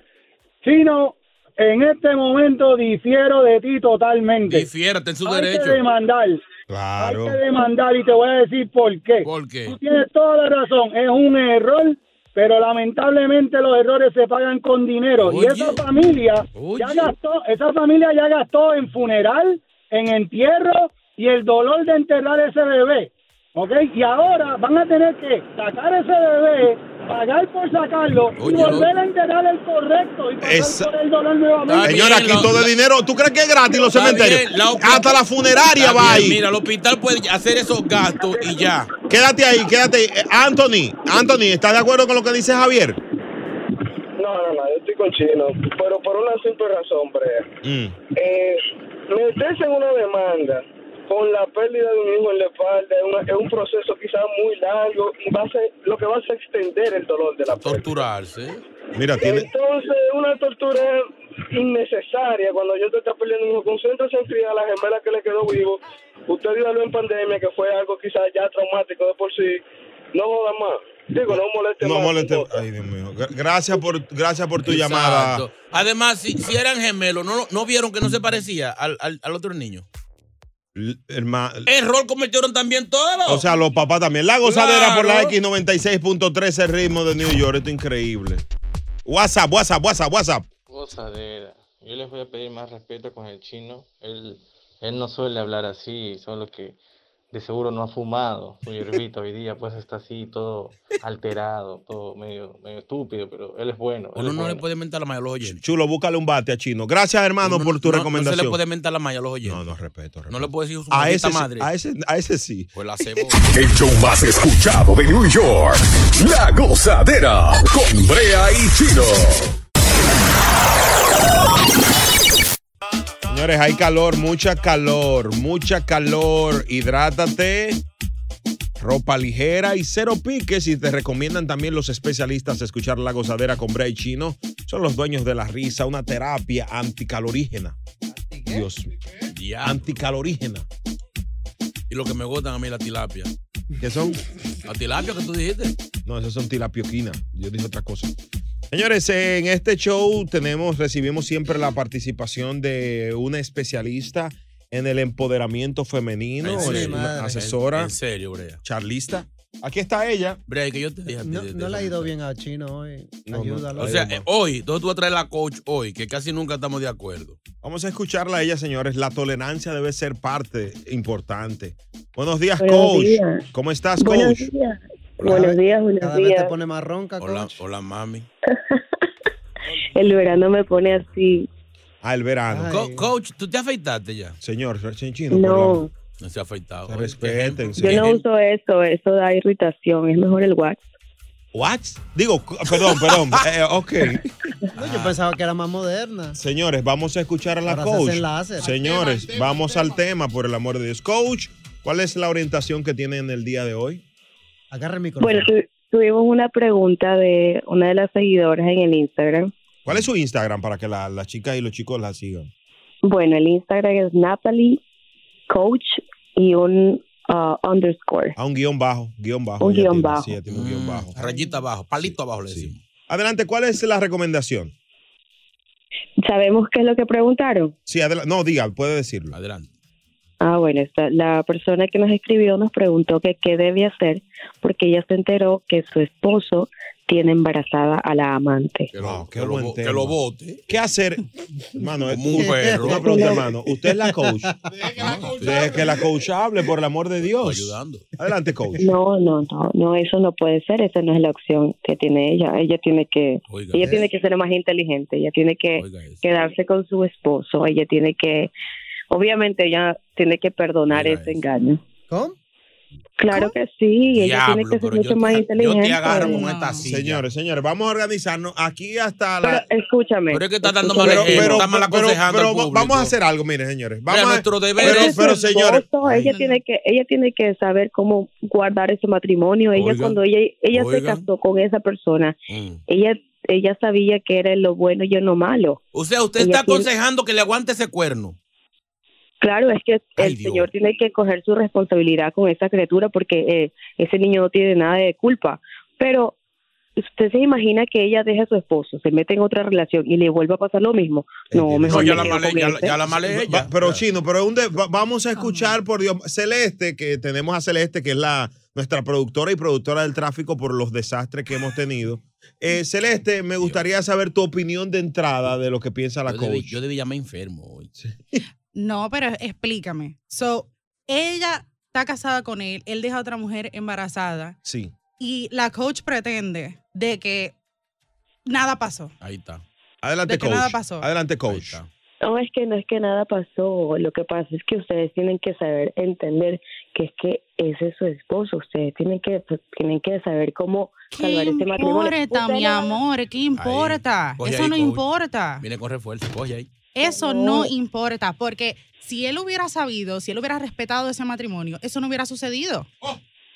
Chino, en este momento difiero de ti totalmente. Difiérate en su Hay derecho. que demandar. Claro. Hay que demandar y te voy a decir por qué. ¿Por qué? Tú tienes toda la razón. Es un error, pero lamentablemente los errores se pagan con dinero. Y esa familia ya gastó, esa familia ya gastó en funeral, en entierro y el dolor de enterrar ese bebé. ¿Ok? Y ahora van a tener que sacar ese bebé, pagar por sacarlo y volver a enterrar el correcto y pasar Esa- por el dolor nuevamente. Señora, aquí todo es dinero. ¿Tú crees que es gratis los Está cementerios? bien, la opi- Hasta la funeraria Está va bien, ahí. Mira, el hospital puede hacer esos gastos y ya. Quédate ahí, quédate ahí. Eh, Anthony, Anthony, ¿estás de acuerdo con lo que dice Javier? No, no, no, yo estoy con chino, pero por una simple razón, Brea. Mm. Eh, meterse en una demanda con la pérdida de un hijo en la espalda es, una- es un proceso quizás muy largo y va a ser, lo que va a ser extender el dolor de la pérdida. Torturarse. Mira, tiene. Entonces, una tortura innecesaria cuando yo te está perdiendo un hijo. Concéntrese en criar a la gemela que le quedó vivo. Usted vivió en pandemia, que fue algo quizás ya traumático de por sí. No joda más. Digo, no moleste No más. moleste. este- Ay, Dios mío. Gra- Gracias por, gracias por tu llamada. Exacto. Además, si, si eran gemelos, ¿no, lo- ¿no vieron que no se parecía al, al- al otro niño? L- herma- Error cometieron también todos. O sea, los papás también. La gozadera por la Claro. X96.3, el ritmo de New York. Esto es increíble. WhatsApp, WhatsApp, WhatsApp, WhatsApp. Gozadera. Yo les voy a pedir más respeto con el chino. Él, él no suele hablar así, solo que de seguro no ha fumado su hierbita hoy día, pues está así todo alterado, todo medio, medio estúpido, pero él es bueno. él Uno es no le bueno. puede mentar la malla a los oyentes. Chulo, búscale un bate a Chino. Gracias, hermano, por tu No- recomendación. No se le puede mentar la malla a los oyentes. No, no, respeto. No le puede decir su a, maldita ese, sí- madre. a, ese, a ese sí. Pues la cebo. El show más escuchado de New York. La gozadera con Brea y Chino. Señores, hay calor, mucha calor, mucha calor. Hidrátate, ropa ligera y cero piques. Y te recomiendan también los especialistas escuchar La Gozadera con Bray Chino. Son los dueños de la risa, una terapia anticalorígena. Dios mío. Anticalorígena. Y lo que me gustan a mí es la tilapia. ¿Qué son? La tilapia que tú dijiste. No, esos son tilapioquina. Yo dije otra cosa. Señores, en este show tenemos, recibimos siempre la participación de una especialista en el empoderamiento femenino, Ay, sí, una madre. asesora, En serio, Brea. charlista. Aquí está ella. Brea, que yo te dije. a ti No, de- de no le esa ha ido bien a Chino hoy. No, no. Ayúdalo. O sea, eh, hoy, entonces tú vas a traer la coach hoy, que casi nunca estamos de acuerdo. Vamos a escucharla a ella, señores. La tolerancia debe ser parte importante. Buenos días, Buenos coach. días. ¿Cómo estás, Buenos coach? días. Buenos días, buenos Cada vez días. te pone más ronca, Hola, coach. hola mami. El verano me pone así. Ah, el verano. Co- coach, ¿tú te afeitaste ya? Señor, chino, No, No se ha afeitado. respeten. yo no uso eso, eso da irritación, es mejor el wax. What? Digo, cu- perdón, perdón. Eh, ok. No, yo pensaba que era más moderna. Señores, vamos a escuchar a la Ahora se coach. hacen láser. Señores, vamos al tema, por el amor de Dios. Coach, ¿cuál es la orientación que tienen el día de hoy? Agarra el micrófono. Bueno, tu- tuvimos una pregunta de una de las seguidoras en el Instagram. ¿Cuál es su Instagram para que la- las chicas y los chicos la sigan? Bueno, el Instagram es Natalie Coach y un ah, underscore. A un guión bajo, guión bajo. Un ella guión tiene, bajo. sí, ella tiene un guión bajo. Mm. Rayita abajo, palito abajo le decimos. Adelante, ¿cuál es la recomendación? ¿Sabemos qué es lo que preguntaron? Sí, adela- no, diga, puede decirlo. Adelante. Ah, bueno, esta- la persona que nos escribió nos preguntó que qué debe hacer porque ella se enteró que su esposo tiene embarazada a la amante. Wow, qué buen tema. Que lo vote. ¿Qué hacer? Mano, es Como un perro. Una pregunta, hermano. ¿Usted es la coach? Deje que la coach hable, por el amor de Dios. ayudando. Adelante, coach. No, no, no, no, eso no puede ser, esa no es la opción que tiene ella. Ella tiene que, Oiga ella eso. tiene que ser más inteligente, ella tiene que quedarse con su esposo, ella tiene que, obviamente ella tiene que perdonar ese engaño. ¿Cómo? Claro que sí, ella Diablo, tiene que ser pero yo mucho te- más inteligente. esta silla. Señores, señores, vamos a organizarnos aquí hasta la. Pero escúchame. Pero es que está dando mal ejemplo, está mal aconsejando al va- público. vamos a hacer algo, miren, señores. Vamos Mira, a- nuestro deber pero, Ese pero, es su señores, esposo, ella tiene que ella tiene que saber cómo guardar ese matrimonio ella Oigan, cuando ella ella se oigan. casó con esa persona Mm. ella ella sabía que era lo bueno y en lo malo O sea, usted Ella está tiene- aconsejando que le aguante ese cuerno. claro es que Ay, el Dios. señor tiene que coger su responsabilidad con esa criatura porque eh, ese niño no tiene nada de culpa pero usted se imagina que ella deja a su esposo se mete en otra relación y le vuelve a pasar lo mismo no mejor me quedo con ese. Va- Pero chino, pero un de- va- Oh, vamos a escuchar por Dios Celeste, que tenemos a Celeste, que es la nuestra productora y productora del tráfico por los desastres que hemos tenido. Mm. Eh, Celeste, me gustaría saber tu opinión de entrada de lo que piensa la Yo debí, coach. yo debí llamarme enfermo hoy. No, pero explícame. So, ella está casada con él, él deja a otra mujer embarazada Sí. y la coach pretende de que nada pasó. Ahí está. Adelante, De que coach. nada pasó. Adelante, coach. No, es que no es que nada pasó. Lo que pasa es que ustedes tienen que saber entender que es que ese es su esposo. Ustedes tienen que pues, tienen que saber cómo ¿Qué salvar ese matrimonio. importa, Ustedes mi no- amor? ¿Qué importa? Coge Eso ahí, no coge. Ah. importa. Viene con refuerzo, coge ahí. Eso no importa, porque si él hubiera sabido, si él hubiera respetado ese matrimonio, eso no hubiera sucedido.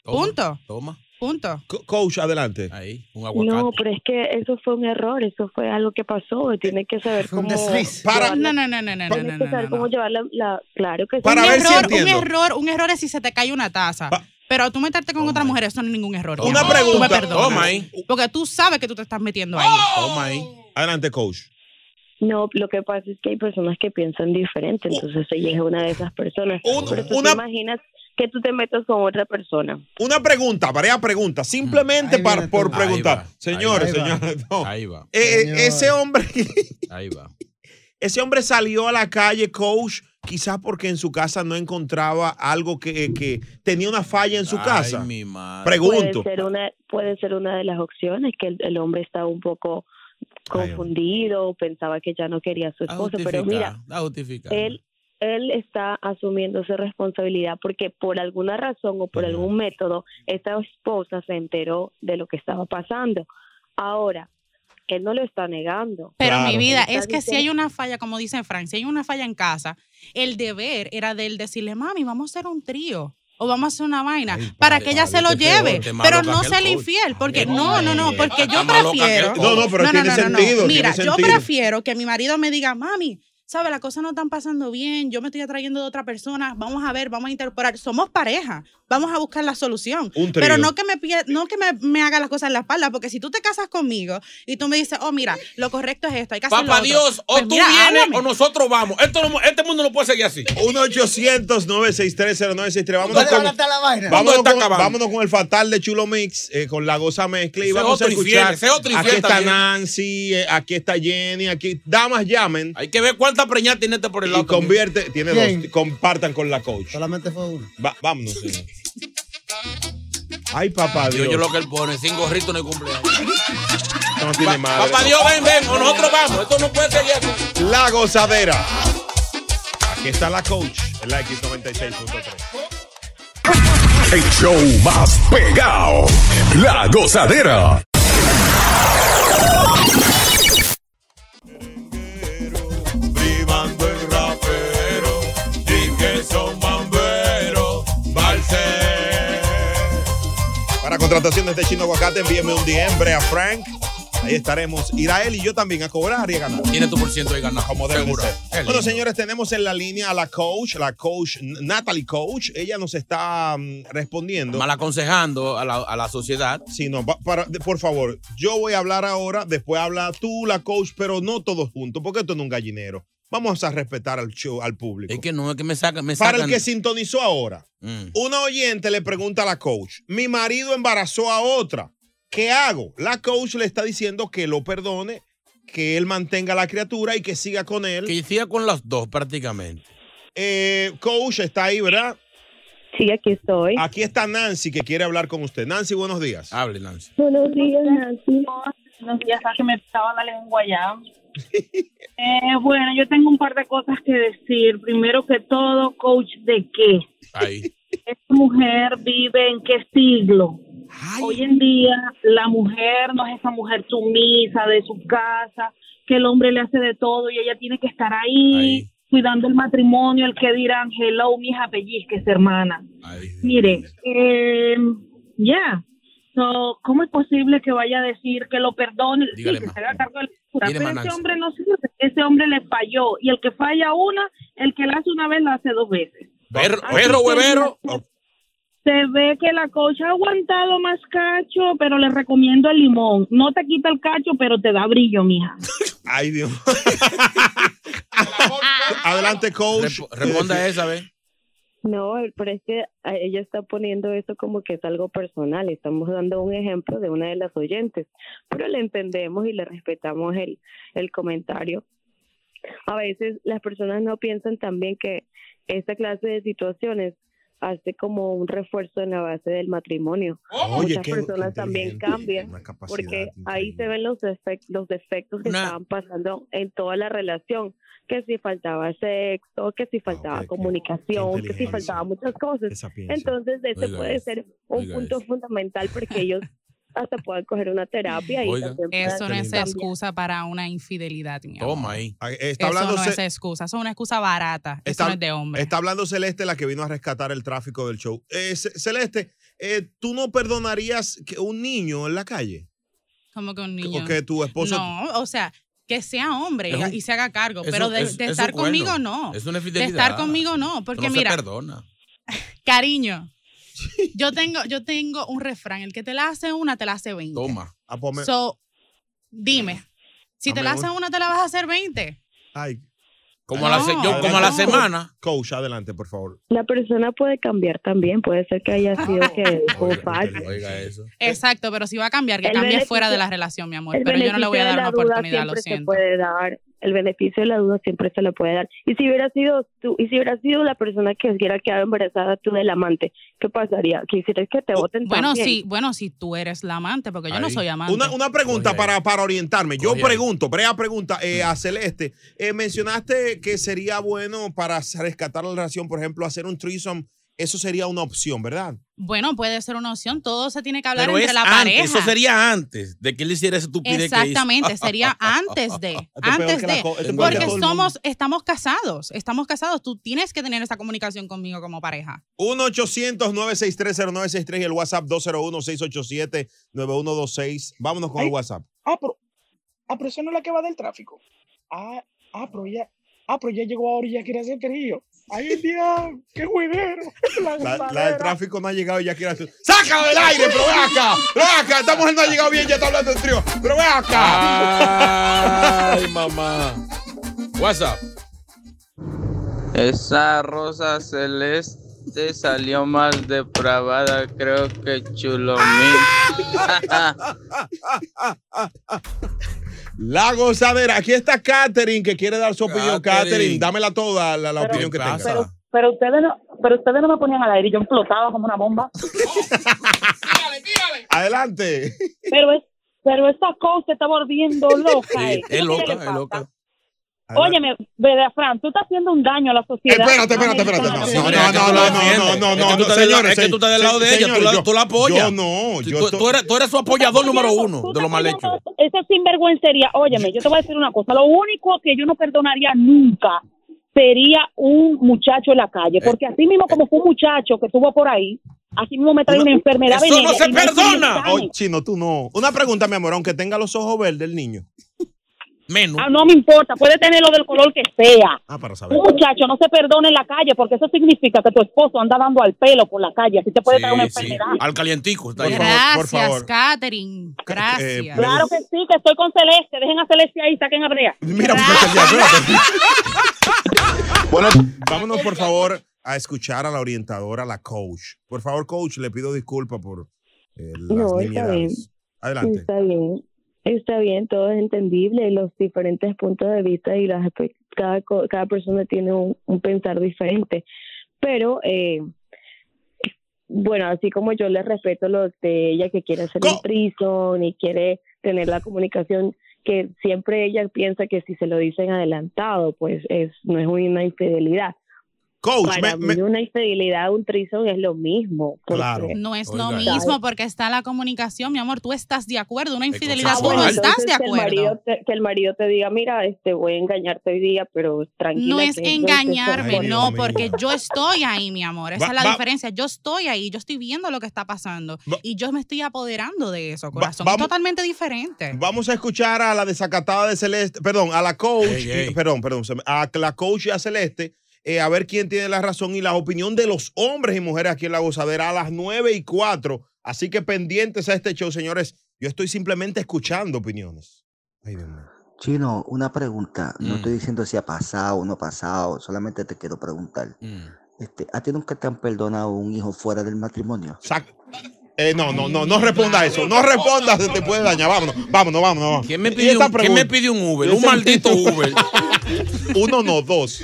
Punto, Toma. punto. Co- coach, adelante. Ahí, un No, pero es que eso fue un error. Eso fue algo que pasó. Tienen que saber cómo. Para. llevarlo- No, no, no, no, no, no, Tienen no, que no, saber cómo llevar la, la- Claro que sí. un error, un er- error, un error es si se te cae una taza. Pero tú meterte con otra mujer, eso no es ningún error. Una mi amor. Tú me pregunta. perdonas. Toma ahí. Porque tú sabes que tú te estás metiendo ahí. Toma ahí. Adelante, coach. No, lo que pasa es que hay personas que piensan diferente, entonces ella es una de esas personas. Pero tú te imaginas que tú te metas con otra persona. Una pregunta, varias preguntas, simplemente para- por preguntar. señores, Ahí va. señores, no. Ahí va. Eh, eh, ese hombre, Ahí va. ese hombre salió a la calle, coach, quizás porque en su casa no encontraba algo que, eh, que tenía una falla en su casa. Ah, Pregunto. Puede ser, una, puede ser una de las opciones, que el, el hombre estaba un poco confundido, pensaba que ya no quería a su La esposo, justifica. pero mira, la justifica. él, él está asumiendo su responsabilidad porque por alguna razón o por algún método, esta esposa se enteró de lo que estaba pasando. Ahora, él no lo está negando. Pero mi Claro. vida, Él es está que si hay diciendo- una falla, como dice en Francia, si hay una falla en casa, el deber era de él decirle, mami, vamos a hacer un trío. O vamos a hacer una vaina para que ella se lo qué peor, lleve, qué malo pero que no aquel sea el coach. infiel, porque no, no, no, porque yo Está malo que prefiero. aquel coach. No, no, pero tiene sentido, tiene Mira, yo sentido. prefiero que mi marido me diga, mami, sabe, las cosas no están pasando bien, yo me estoy atrayendo de otra persona, vamos a ver, vamos a incorporar, somos pareja, vamos a buscar la solución. Un trío. pero no que me pie- no que me, me haga las cosas en la espalda, porque si tú te casas conmigo y tú me dices, oh, mira, lo correcto es esto, hay que hacer Papá lo otro", Dios, o pues tú mira, vienes háblame. o nosotros vamos. Esto no- este mundo no puede seguir así. 1-800-963-0963. Vámonos ¿Dónde con, va a estar la vaina? Vámonos, ¿Dónde está con, acabando? vámonos con el fatal de Chulo Mix, eh, con la goza mezcla. Y Ese vamos a otro infiel, escuchar. ese otro aquí infiel está también. Nancy, eh, aquí está Jenny, aquí. Damas llamen. Hay que ver cuánta preñada tiene este por el Y lado. convierte, tiene ¿Quién? dos. Compartan con la coach. Solamente fue uno. Va- vámonos. señor. Ay, papá Yo, Dios. yo lo que él pone, sin gorrito no hay cumpleaños. No tiene madre. Papá Dios, ven, ven, o nosotros vamos. Esto no puede seguir así. La gozadera. Aquí está la coach, en la X96.3. El show más pegado. La gozadera. Privando el rapero, y que son bomberos, balse. Para contrataciones de Chino Aguacate, envíeme un DM, Brea Frank. Ahí estaremos. Irael y yo también a cobrar y a ganar. Tiene tu por ciento de ganar. Como debe de ser. Bueno, señores, tenemos en la línea a la coach, la coach N- Natalie Coach. Ella nos está mm, respondiendo. Mal aconsejando a la, a la sociedad. Sí, no, pa- para, de- por favor, yo voy a hablar ahora, después habla tú, la coach, pero no todos juntos, porque esto no es un gallinero. Vamos a respetar al show, al público. Es que no, es que me sacan. Me Para el sacan- que sintonizó ahora, Mm. una oyente le pregunta a la coach, mi marido embarazó a otra, ¿qué hago? La coach le está diciendo que lo perdone, que él mantenga a la criatura y que siga con él. Que siga con las dos prácticamente. Eh, coach está ahí, ¿verdad? Sí, aquí estoy. Aquí está Nancy que quiere hablar con usted. Nancy, buenos días. Hable, Nancy. Buenos días, Nancy. Buenos días, que me estaba la lengua ya. Eh, bueno, yo tengo un par de cosas que decir. Primero que todo, coach, ¿de qué? Ahí. Esta mujer vive en qué siglo? Hoy en día la mujer no es esa mujer sumisa de su casa, que el hombre le hace de todo y ella tiene que estar ahí, cuidando el matrimonio, el que dirán, hello, mija, pellizques, hermana. Mire, eh, ya. So, ¿Cómo es posible que vaya a decir que lo perdone? Sí, Dígale que más. se haga cargo de la cultura, pero Dígale más, ese Nancy. hombre no sirve. Ese hombre le falló. Y el que falla una, el que la hace una vez, la hace dos veces. Perro, perro huevero. Oh. Se ve que la coach ha aguantado más cacho, pero le recomiendo el limón. No te quita el cacho, pero te da brillo, mija. Ay, Dios. Adelante, coach. Responda a esa, ¿ves? No, pero es que a- ella está poniendo eso como que es algo personal. Estamos dando un ejemplo de una de las oyentes, pero le entendemos y le respetamos el, el comentario. A veces las personas no piensan también que esta clase de situaciones hace como un refuerzo en la base del matrimonio. Oye, Muchas qué personas también cambian porque ahí se ven los, defec- los defectos que estaban pasando en toda la relación, que si faltaba sexo, que si faltaba comunicación, que si faltaba muchas cosas. Entonces, este Oiga puede eso, ser un punto fundamental porque ellos hasta puedan coger una terapia y Oiga. también Eso puedan no es cambiar. excusa para una infidelidad, mi amor. Toma ahí. Ah, eh, Está eso hablando, no Ce- es excusa, eso es una excusa barata. Eso está, no es de hombre. está hablando Celeste, la que vino a rescatar el tráfico del show. Eh, Ce- Celeste, eh, ¿tú no perdonarías que un niño en la calle? Como que un niño. ¿O que tu esposo? No, o sea, que sea hombre Es un- y se haga cargo, Eso- pero de, es- de es un estar cuerno. conmigo no. Es una de infidelidad. estar conmigo no, porque no mira, Se perdona. cariño, yo tengo, yo tengo un refrán, el que te la hace una, te la hace 20. Toma. Ah, pues me- So, dime, si te Dame la haces una. una, te la vas a hacer 20. Ay. Como a la se- yo- Adelante, como a la coach. semana. Coach, adelante, por favor. La persona puede cambiar también, puede ser que haya sido que fue falso. Oiga eso. Exacto, pero si va a cambiar, que El cambie beneficio- fuera de la relación, mi amor. El Pero yo no le voy beneficio de a dar la una duda oportunidad, lo siempre se siento. puede dar. El beneficio de la duda siempre se la puede dar. Y si hubiera sido tú, y si hubiera sido la persona que hubiera quedado embarazada tú del amante, ¿qué pasaría? ¿Quisieras que te voten Oh, Bueno, también? sí, bueno, si tú eres la amante, porque yo no Ahí. soy amante. Una, una pregunta para, para orientarme. Yo pregunto, Brea pregunta eh, a Celeste. Eh, mencionaste que sería bueno para rescatar la relación, por ejemplo, hacer un threesome eso sería una opción, ¿verdad? Bueno, puede ser una opción. Todo se tiene que hablar Pero entre es la antes, pareja. Eso sería antes de que él hiciera esa estupidez que hizo. Exactamente, sería antes de, antes que la de, co- esto es peor que porque todo el somos, estamos casados, estamos casados, tú tienes que tener esa comunicación conmigo como pareja. 1-800-963-0963 y el WhatsApp 201-687-9126. Vámonos con el WhatsApp. Ah, pero, ah, pero esa no es la que va del tráfico. Ah, ah, pero ya, ah, pero ya llegó ahora y ya quiere hacer trío. Ay, Dios, qué juidero. La, La, la del gozadera. tráfico no ha llegado y ya quiere hacer. ¡Sácalo del aire! ¡Pero ve acá! ¡Ve acá! Esta mujer no ha llegado bien, ya está hablando en trío. ¡Pero ve acá! Ay, mamá. WhatsApp. Esa rosa celeste salió más depravada, creo que Chulomín. La gozadera. Aquí está Katherine que quiere dar su opinión. Katherine, dámela toda la, la opinión que tengas. Pero ustedes no, pero ustedes no me ponían al aire, yo explotaba como una bomba. Adelante. Pero es, pero esta cosa se está volviendo loca. eh. es loca, es loca. Óyeme, Beda Fran, tú estás haciendo un daño a la sociedad. Espérate, espérate, espérate. No, no, no, no, no, no, no, Es que tú no, estás del lado- señores. es que tú estás del lado de ella, tú la- yo- tú la Yo apoyas. no, yo Tú, estoy- tú eres, tú eres su apoyador número uno de lo mal hecho. Esa sinvergüencería, óyeme, yo te voy a decir una cosa, lo único que yo no perdonaría nunca sería un muchacho en la calle, porque así mismo como fue un muchacho que estuvo por ahí, así mismo me trae una enfermedad venérea y me tiene Oye, chino, tú no. Una pregunta, mi amor, aunque tenga los ojos verdes el niño. Menos. Ah, no me importa, puede tenerlo del color que sea. Ah, para saber. Un muchacho no se perdona en la calle porque eso significa que tu esposo anda dando al pelo por la calle, así te puede traer una Sí, sí. enfermedad. Al calientico. Está ahí. Gracias, Catherine. Gracias. Claro que sí, que estoy con Celeste, dejen a Celeste ahí, saquen a Brea. Mira, muchacha, ya, espérate. Bueno, vámonos por favor a escuchar a la orientadora, la coach. Por favor, coach, le pido disculpas por eh, las No, está bien. nimiedades. Adelante. Está bien. Está bien, todo es entendible, los diferentes puntos de vista y las, espe- cada, co- cada persona tiene un, un pensar diferente. Pero, eh, bueno, así como yo le respeto lo de ella que quiere hacer un prison y quiere tener la comunicación, que siempre ella piensa que si se lo dicen adelantado, pues es no es una infidelidad. Coach, Para mí una infidelidad, un trison es lo mismo. porque- No es lo Oiga. mismo porque está la comunicación, mi amor. Tú estás de acuerdo. Una infidelidad, tú Bueno, no estás entonces que de el marido acuerdo. te- que el marido te diga, mira, este, voy a engañarte hoy día, pero tranquila. No que yo es te estoy engañarme, con- no, porque yo estoy ahí, mi amor. Esa Va- es la va- diferencia. Yo estoy ahí, yo estoy viendo lo que está pasando y yo me estoy apoderando de eso, corazón. es vamos- totalmente diferente. Vamos a escuchar a la desacatada de Celeste, perdón, a la coach, y- perdón, perdón, se me- a la coach y a Celeste, eh, a ver quién tiene la razón y la opinión de los hombres y mujeres aquí en la gozadera a las 9 y 4. Así que pendientes a este show, señores. Yo estoy simplemente escuchando opiniones. Chino, una pregunta. No estoy diciendo si ha pasado o no ha pasado, solamente te quiero preguntar. Mm. Este, ¿A ti nunca te han perdonado un hijo fuera del matrimonio? Eh, no, no, no, no responda a eso. No responda, se te puede dañar. Vámonos, vámonos, vámonos. vámonos. ¿Quién me Y pidió esta un- quién pregunta- me pidió un Uber? Yo Un sé- maldito Uber. Uno no, dos.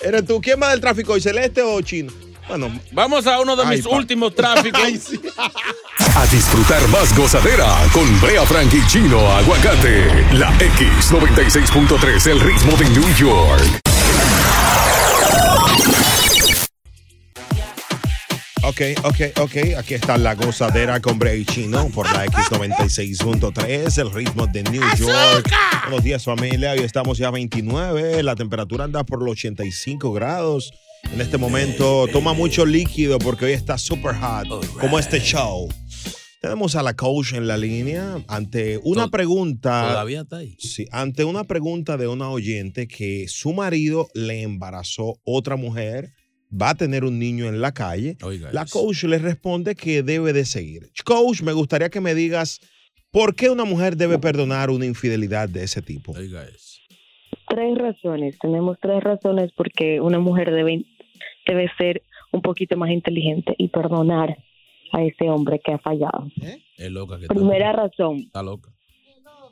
¿Eres tú? ¿Quién va del tráfico hoy, celeste o chino? Bueno, vamos a uno de mis últimos tráficos. A disfrutar más gozadera con Brea Frank y Chino Aguacate. La X96.3, el ritmo de New York. Ok, ok, ok. Aquí está la gozadera con Bray Chino por la X96.3, el ritmo de New York. Buenos días, familia. Hoy estamos ya a 29. La temperatura anda por los 85 grados. En este momento toma mucho líquido porque hoy está super hot, como este show. Tenemos a la coach en la línea ante una pregunta. Todavía está ahí. Sí, ante una pregunta de una oyente que su marido le embarazó otra mujer, va a tener un niño en la calle. la coach le responde que debe de seguir. Coach, me gustaría que me digas por qué una mujer debe perdonar una infidelidad de ese tipo. Tres razones, tenemos tres razones porque una mujer debe, debe ser un poquito más inteligente y perdonar a ese hombre que ha fallado. Es loca que está. Primera razón, Está loca.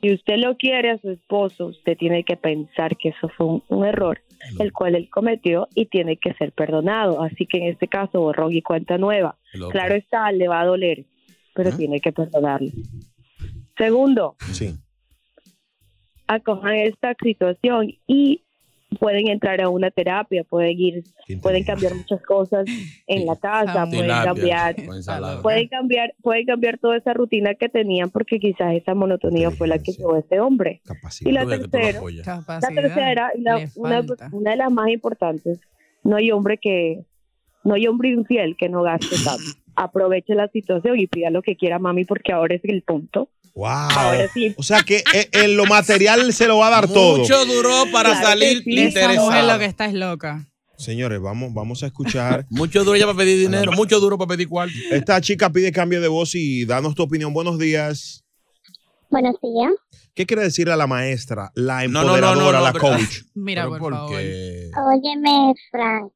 si usted lo quiere a su esposo, usted tiene que pensar que eso fue un, un error, el cual él cometió y tiene que ser perdonado. Así que en este caso, borrón y cuenta nueva. Loco. Claro está, le va a doler, pero tiene que perdonarlo. Segundo, Sí. acojan esta situación y pueden entrar a una terapia, pueden ir, pueden cambiar muchas cosas en la casa, pueden Tilapia, cambiar, con ensalada. pueden cambiar, pueden cambiar toda esa rutina que tenían porque quizás esa monotonía fue la que llevó este hombre. Y la Yo veo que tú lo tercera, apoyas. la Capacidad, tercera, y la- le una, falta. una de las más importantes, no hay hombre que, no hay hombre infiel que no gaste tanto. Aproveche la situación y pida lo que quiera, mami, porque ahora es el punto. Wow. O sea que eh, en lo material se lo va a dar todo. Mucho duró para Claro que salir sí. Esa mujer interesado. lo que está es loca. Señores, vamos, vamos a escuchar. Mucho duro ya para pedir dinero, mucho duro para pedir cuarto. Esta chica pide cambio de voz y danos tu opinión. Buenos días. Buenos días. ¿Qué quiere decirle a la maestra, la no, no, empoderadora, no, la pero- coach? Mira, por, favor. Óyeme, Frank.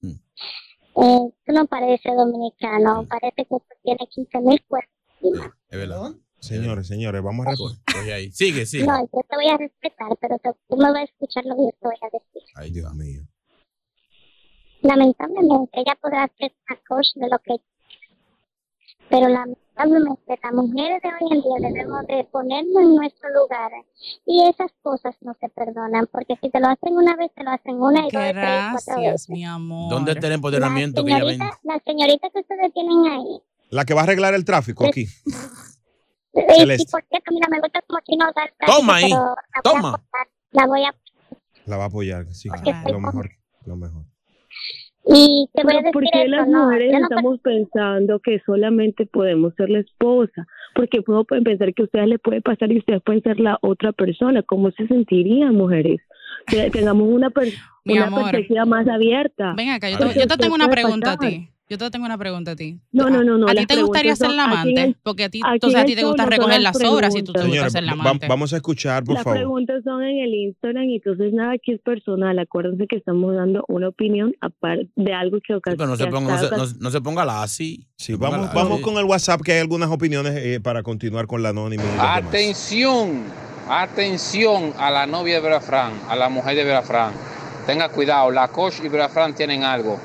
Mm. Eh, tú no pareces dominicano, parece que tú tienes 15 mil cuerpos. Es verdad. Señores, señores, vamos a responder. Oye ahí. Sigue, sigue. No, yo te voy a respetar, pero tú- tú me vas a escuchar lo que yo te voy a decir. Ay, Dios mío. Lamentablemente, ella podrá ser una coach de lo que pero lamentablemente las mujeres de hoy en día debemos de ponernos en nuestro lugar y esas cosas no se perdonan porque si te lo hacen una vez te lo hacen una y dos y tres y cuatro veces. Gracias, mi amor. ¿Dónde está el empoderamiento que ya ven? Señorita, la señorita que ustedes tienen ahí, La que va a arreglar el tráfico aquí. Eh, Celeste. sí, porque a mí no me gusta como chino dar clases, Toma ahí. pero la voy a Toma. aportar, La voy a La va a apoyar, sí. Claro. Lo mejor, lo mejor. y te voy a Pero decir ¿por qué esto, las no, mujeres yo no estamos pensando que solamente podemos ser la esposa? Porque uno puede pensar que a ustedes les puede pasar y ustedes pueden ser la otra persona. ¿Cómo se sentirían, mujeres? Que tengamos una, per- Mi una amor. perspectiva más abierta. Ven acá, yo Porque te, yo te esto tengo una puede pregunta pasar. a ti. Yo te tengo una pregunta a ti. No, no, no, no. ¿A ti las te gustaría preguntas son ser la aquí en amante? el- Porque a ti, aquí entonces en a el ti te show gusta no son recoger las las obras y tú te gusta Señores, ser la va- amante. vamos a escuchar, por Las favor. preguntas son en el Instagram y entonces nada aquí es personal. Acuérdense que estamos dando una opinión aparte de algo que ocasiona. Pero no se ponga, no se, pues. no, se- no se ponga la así. Sí, Vamos, vamos con el WhatsApp, que hay algunas opiniones eh, para continuar con la anónima. y Ah, los demás. Atención, atención a la novia de Verafrán, a la mujer de Verafrán. Tenga cuidado, la coach y Verafrán tienen algo.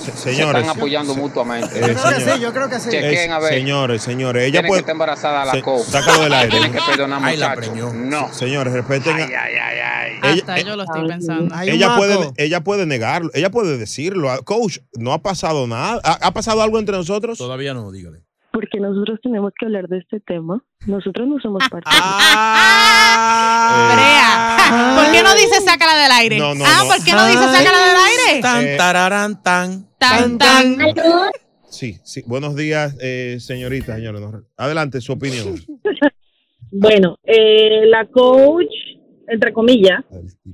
señores, se están apoyando mutuamente. Eh, Yo creo que señor- sí, yo creo que sí. Chequen Eh, a ver. Señores, señores, ella Tienen que puede. estar embarazada la Se- coach. sácalo del aire. Tienen que perdonar Ay, la muchachos. No. Señores, respeten. a- Hasta yo lo Ah, estoy pensando. Ella puede, ella puede negarlo, ella puede decirlo. Ah, Coach, no ha pasado nada. ¿Ha, ha pasado algo entre nosotros? Todavía no, dígale. Porque nosotros tenemos que hablar de este tema. Nosotros no somos parte. Andrea, Ah. ¿por qué no dice sácala del aire? No, no, ah, no. ¿por qué no dice sácala del aire? Tan, tararán, tan. Tan, tan. Sí, sí. Buenos días, eh, señorita, señores. No- Adelante, su opinión. Bueno, eh, la coach, entre comillas,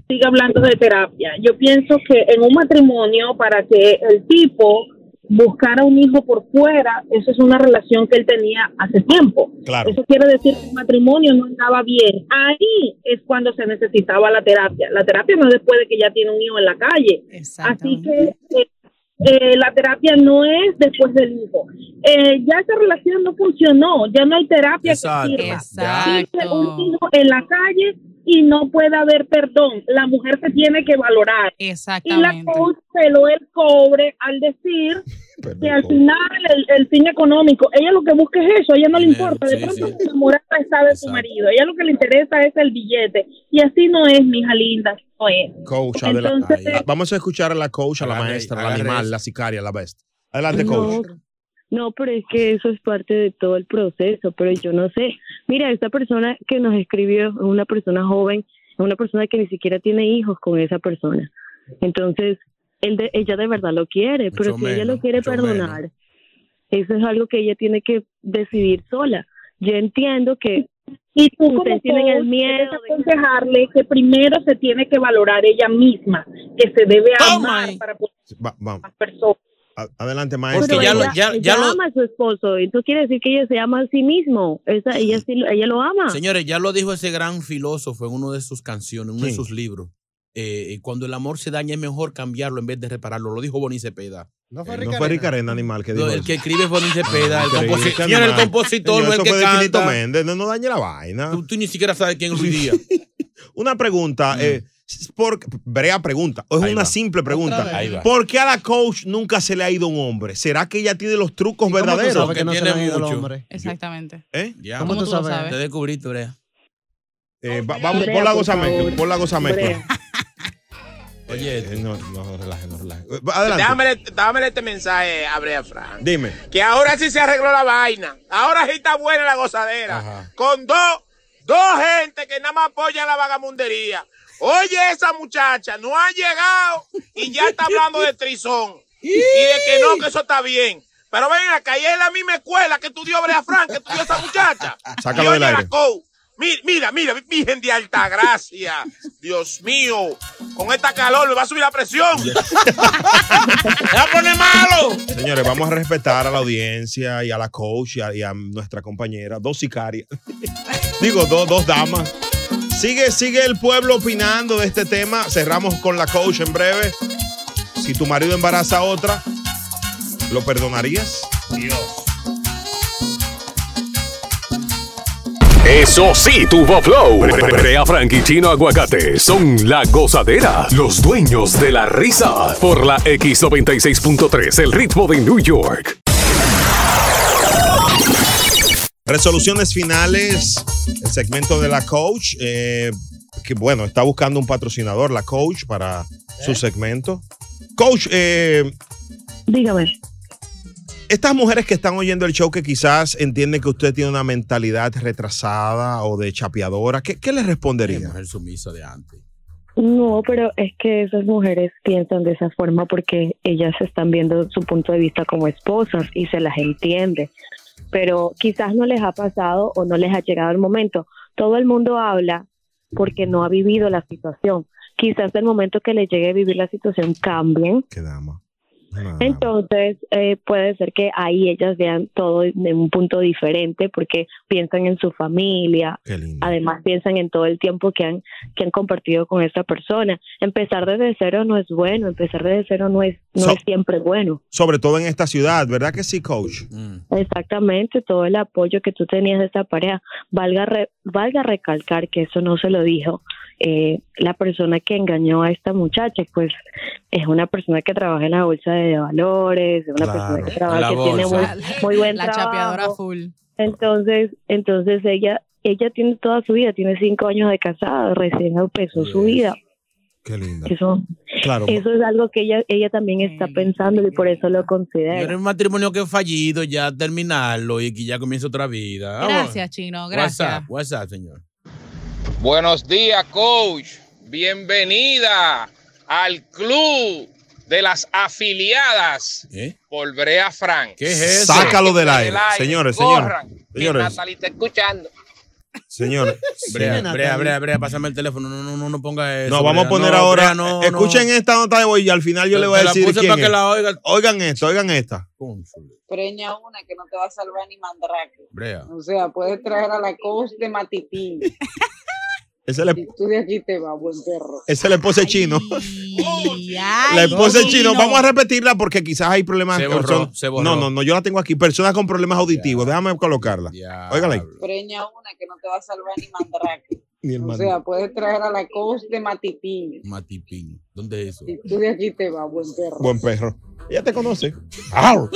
sigue hablando de terapia. Yo pienso que en un matrimonio, para que el tipo buscara un hijo por fuera, eso es una relación que él tenía hace tiempo. Claro. Eso quiere decir que el matrimonio no andaba bien. Ahí es cuando se necesitaba la terapia. La terapia no es después de que ya tiene un hijo en la calle. Así que eh, eh, la terapia no es después del hijo. Eh, ya esa relación no funcionó, ya no hay terapia Exacto, que sirva. exacto. Dice un hijo en la calle y no puede haber perdón. La mujer se tiene que valorar. Y la coach peló el cobre al decir que al final el, el fin económico, ella lo que busca es eso, a ella no le importa, de pronto se enamorada está de su marido, ella lo que le interesa es el billete. Y así no es, mija linda, no es. Coach, adelante. Entonces- eh, Ah, Vamos a escuchar a la coach, a la maestra, al animal, la sicaria, la bestia. Adelante, No, ah, coach. no, pero es que eso es parte de todo el proceso, pero yo no sé. Mira, esta persona que nos escribió es una persona joven, es una persona que ni siquiera tiene hijos con esa persona. Entonces, él de- ella de verdad lo quiere, pero si ella lo quiere perdonar, eso es algo que ella tiene que decidir sola. Yo entiendo que Y tú ustedes como tienen el coach, miedo. debes aconsejarle que primero se tiene que valorar ella misma, que se debe Oh amar para poder Va- vamos. personas. A- Adelante, Pero maestra. Ah, ella, ella ama a su esposo, entonces quiere decir que ella se ama a sí mismo. Esa, ella, sí lo- ella lo ama. Señores, ya lo dijo ese gran filósofo en una de sus canciones, en uno de sus libros. Eh, eh, cuando el amor se daña es mejor cambiarlo en vez de repararlo. Lo dijo Bonnie Cepeda. Eh, No fue Ricarena, animal, que dijo el eso. que escribe es Ah, Bonnie Cepeda. el, Increíble, composi- este Señor, el animal. compositor, Señor, no el eso que fue de Quinito canta. Méndez, no, no dañe la vaina. Tú, tú ni siquiera sabes quién es Luis Díaz. Mm. Una pregunta, eh, s- por, brea pregunta, o es una simple pregunta. vez. Ahí va. ¿Por qué a la coach nunca se le ha ido un hombre? ¿Será que ella tiene los trucos verdaderos? sabes que no se le han ido los hombres? Exactamente. ¿Eh? Ya, ¿Cómo ¿Cómo tú tú lo sabes? sabes? Te descubriste, Brea. Eh, va- vamos, pon la goza mezcla. Pon la goza mezcla. Oye, no, no, relaje, no, relaje. Eh, Adelante. Dámele, dámele este mensaje a Brea Frank. Dime. Que ahora sí se arregló la vaina. Ahora sí está buena la gozadera. Con dos, dos gente que nada más apoyan la vagamundería. Oye, esa muchacha no ha llegado y ya está hablando de trizón. Y de que no, que eso está bien. Pero ven acá, y es la misma escuela que estudió Brea Frank, que estudió esa muchacha. Sácalo Y del oye la aire. co- Mira, mira, mira, virgen de alta gracia. Dios mío, con esta calor me va a subir la presión. ¡Me va a poner malo! Señores, vamos a respetar a la audiencia y a la coach y a, y a nuestra compañera, dos sicarias. Digo, dos, dos damas. Sigue, sigue el pueblo opinando de este tema. Cerramos con la coach en breve. Si tu marido embaraza a otra, ¿lo perdonarías? Eso sí, tuvo flow. Brea Frank y Chino Aguacate son la gozadera, los dueños de la risa. Por la X96.3, el ritmo de New York. Resoluciones finales, el segmento de la coach, eh, que bueno, está buscando un patrocinador, la coach, para su segmento. Coach, eh, dígame. Estas mujeres que están oyendo el show que quizás entienden que usted tiene una mentalidad retrasada o de chapeadora, ¿qué, qué les respondería? Mujer sumisa de antes. No, pero es que esas mujeres piensan de esa forma porque ellas están viendo su punto de vista como esposas y se las entiende. Pero quizás no les ha pasado o no les ha llegado el momento. Todo el mundo habla porque no ha vivido la situación. Quizás el momento que les llegue a vivir la situación cambien. Entonces eh, puede ser que ahí ellas vean todo de un punto diferente porque piensan en su familia, además piensan en todo el tiempo que han que han compartido con esa persona. Empezar desde cero no es bueno, empezar desde cero no es no So- es siempre bueno. Sobre todo en esta ciudad, ¿verdad que sí, coach? Mm. Exactamente, todo el apoyo que tú tenías de esa pareja. Valga, re- valga recalcar que eso no se lo dijo eh, la persona que engañó a esta muchacha, pues es una persona que trabaja en la bolsa de valores, es una persona que trabaja, La que tiene muy, bolsa. muy buen La trabajo. chapeadora full. Entonces, entonces ella, ella tiene toda su vida, tiene cinco años de casada, recién empezó su vida. Qué linda. Eso, Claro. eso es algo que ella, ella también está pensando y por eso lo Yo considera. era un matrimonio que he fallido, ya terminarlo y que ya comience otra vida. Ah, Vamos. Gracias, Chino, gracias. WhatsApp, WhatsApp, señor. Buenos días, coach. Bienvenida al club de las afiliadas por Brea Frank. ¿Eh? ¿Qué es eso? Sácalo del aire. Señores, señores, corran, que señores. Natalie está escuchando. Señor. Brea, Natalia. brea, brea, brea, pásame el teléfono. No, no, no, no ponga eso. No, vamos a Brea, poner Eh, no, ahora. Brea, no, no. escuchen esta nota de voz y al final yo Te- le voy a te la decir puse quién para que es. la oigan. esta, oigan esta. preña una que no te va a salvar ni mandrake. Brea. O sea, puedes traer a la coach de Matipín. Esa es la, Y tú de aquí te vas, buen perro. esa es la esposa de chino. ay, la esposa de chino. Chino. Vamos a repetirla porque quizás hay problemas. Se borró, personas- se borró. No, no, no, yo la tengo aquí. Personas con problemas auditivos. Déjame colocarla. Óigala ahí. Preña una que no te va a salvar ni mandrake. Mi O hermano. sea, puedes traer a la coach de Matipín. Matipín. ¿Dónde es eso? Y tú de aquí te vas, buen perro. Buen perro. Ella te conoce. Au.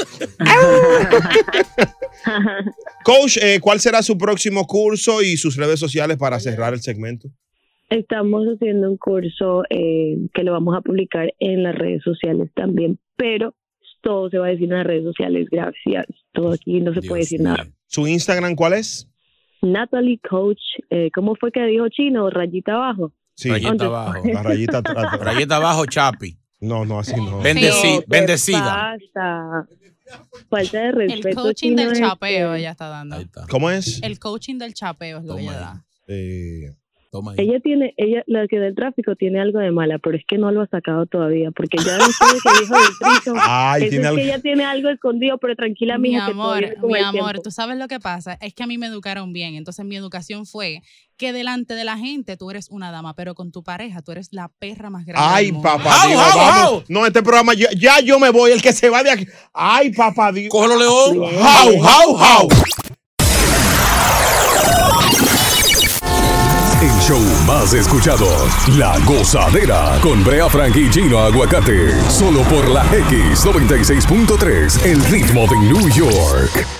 Coach, eh, ¿cuál será su próximo curso y sus redes sociales para cerrar el segmento? Estamos haciendo un curso eh, que lo vamos a publicar en las redes sociales también, pero todo se va a decir en las redes sociales, gracias. Todo aquí no se puede decir nada. ¿Su Instagram cuál es? Natalie Coach, eh, ¿cómo fue que dijo Chino? Rayita abajo. Rayita ¿Dónde- abajo. La rayita Rayita abajo, Chapi. No, no, así no. Pero, Bendecida. ¿qué bendecida. pasa? Falta de respeto. El coaching Chino, del es chapeo que ella está dando. ¿Cómo es? El coaching del chapeo es lo que ella da. Toma Ella tiene, ella, la que del tráfico tiene algo de mala, pero es que no lo ha sacado todavía, porque ya después de que dijo del tráfico, Ay, eso tiene es algo- que ella tiene algo escondido, pero tranquila, Mi mija, que todo amor, viene con mi el amor, tiempo. tú sabes lo que pasa, es que a mí me educaron bien, entonces mi educación fue que delante de la gente tú eres una dama, pero con tu pareja tú eres la perra más grande. Ay, del mundo. papá Dios, vamos. No, este programa ya, ya yo me voy, el que se va de aquí. Ay, papá Dios. Cógelo, León. How, how, how. El show más escuchado, La Gozadera, con Brea Frank y Chino Aguacate, solo por la X96.3, el ritmo de New York.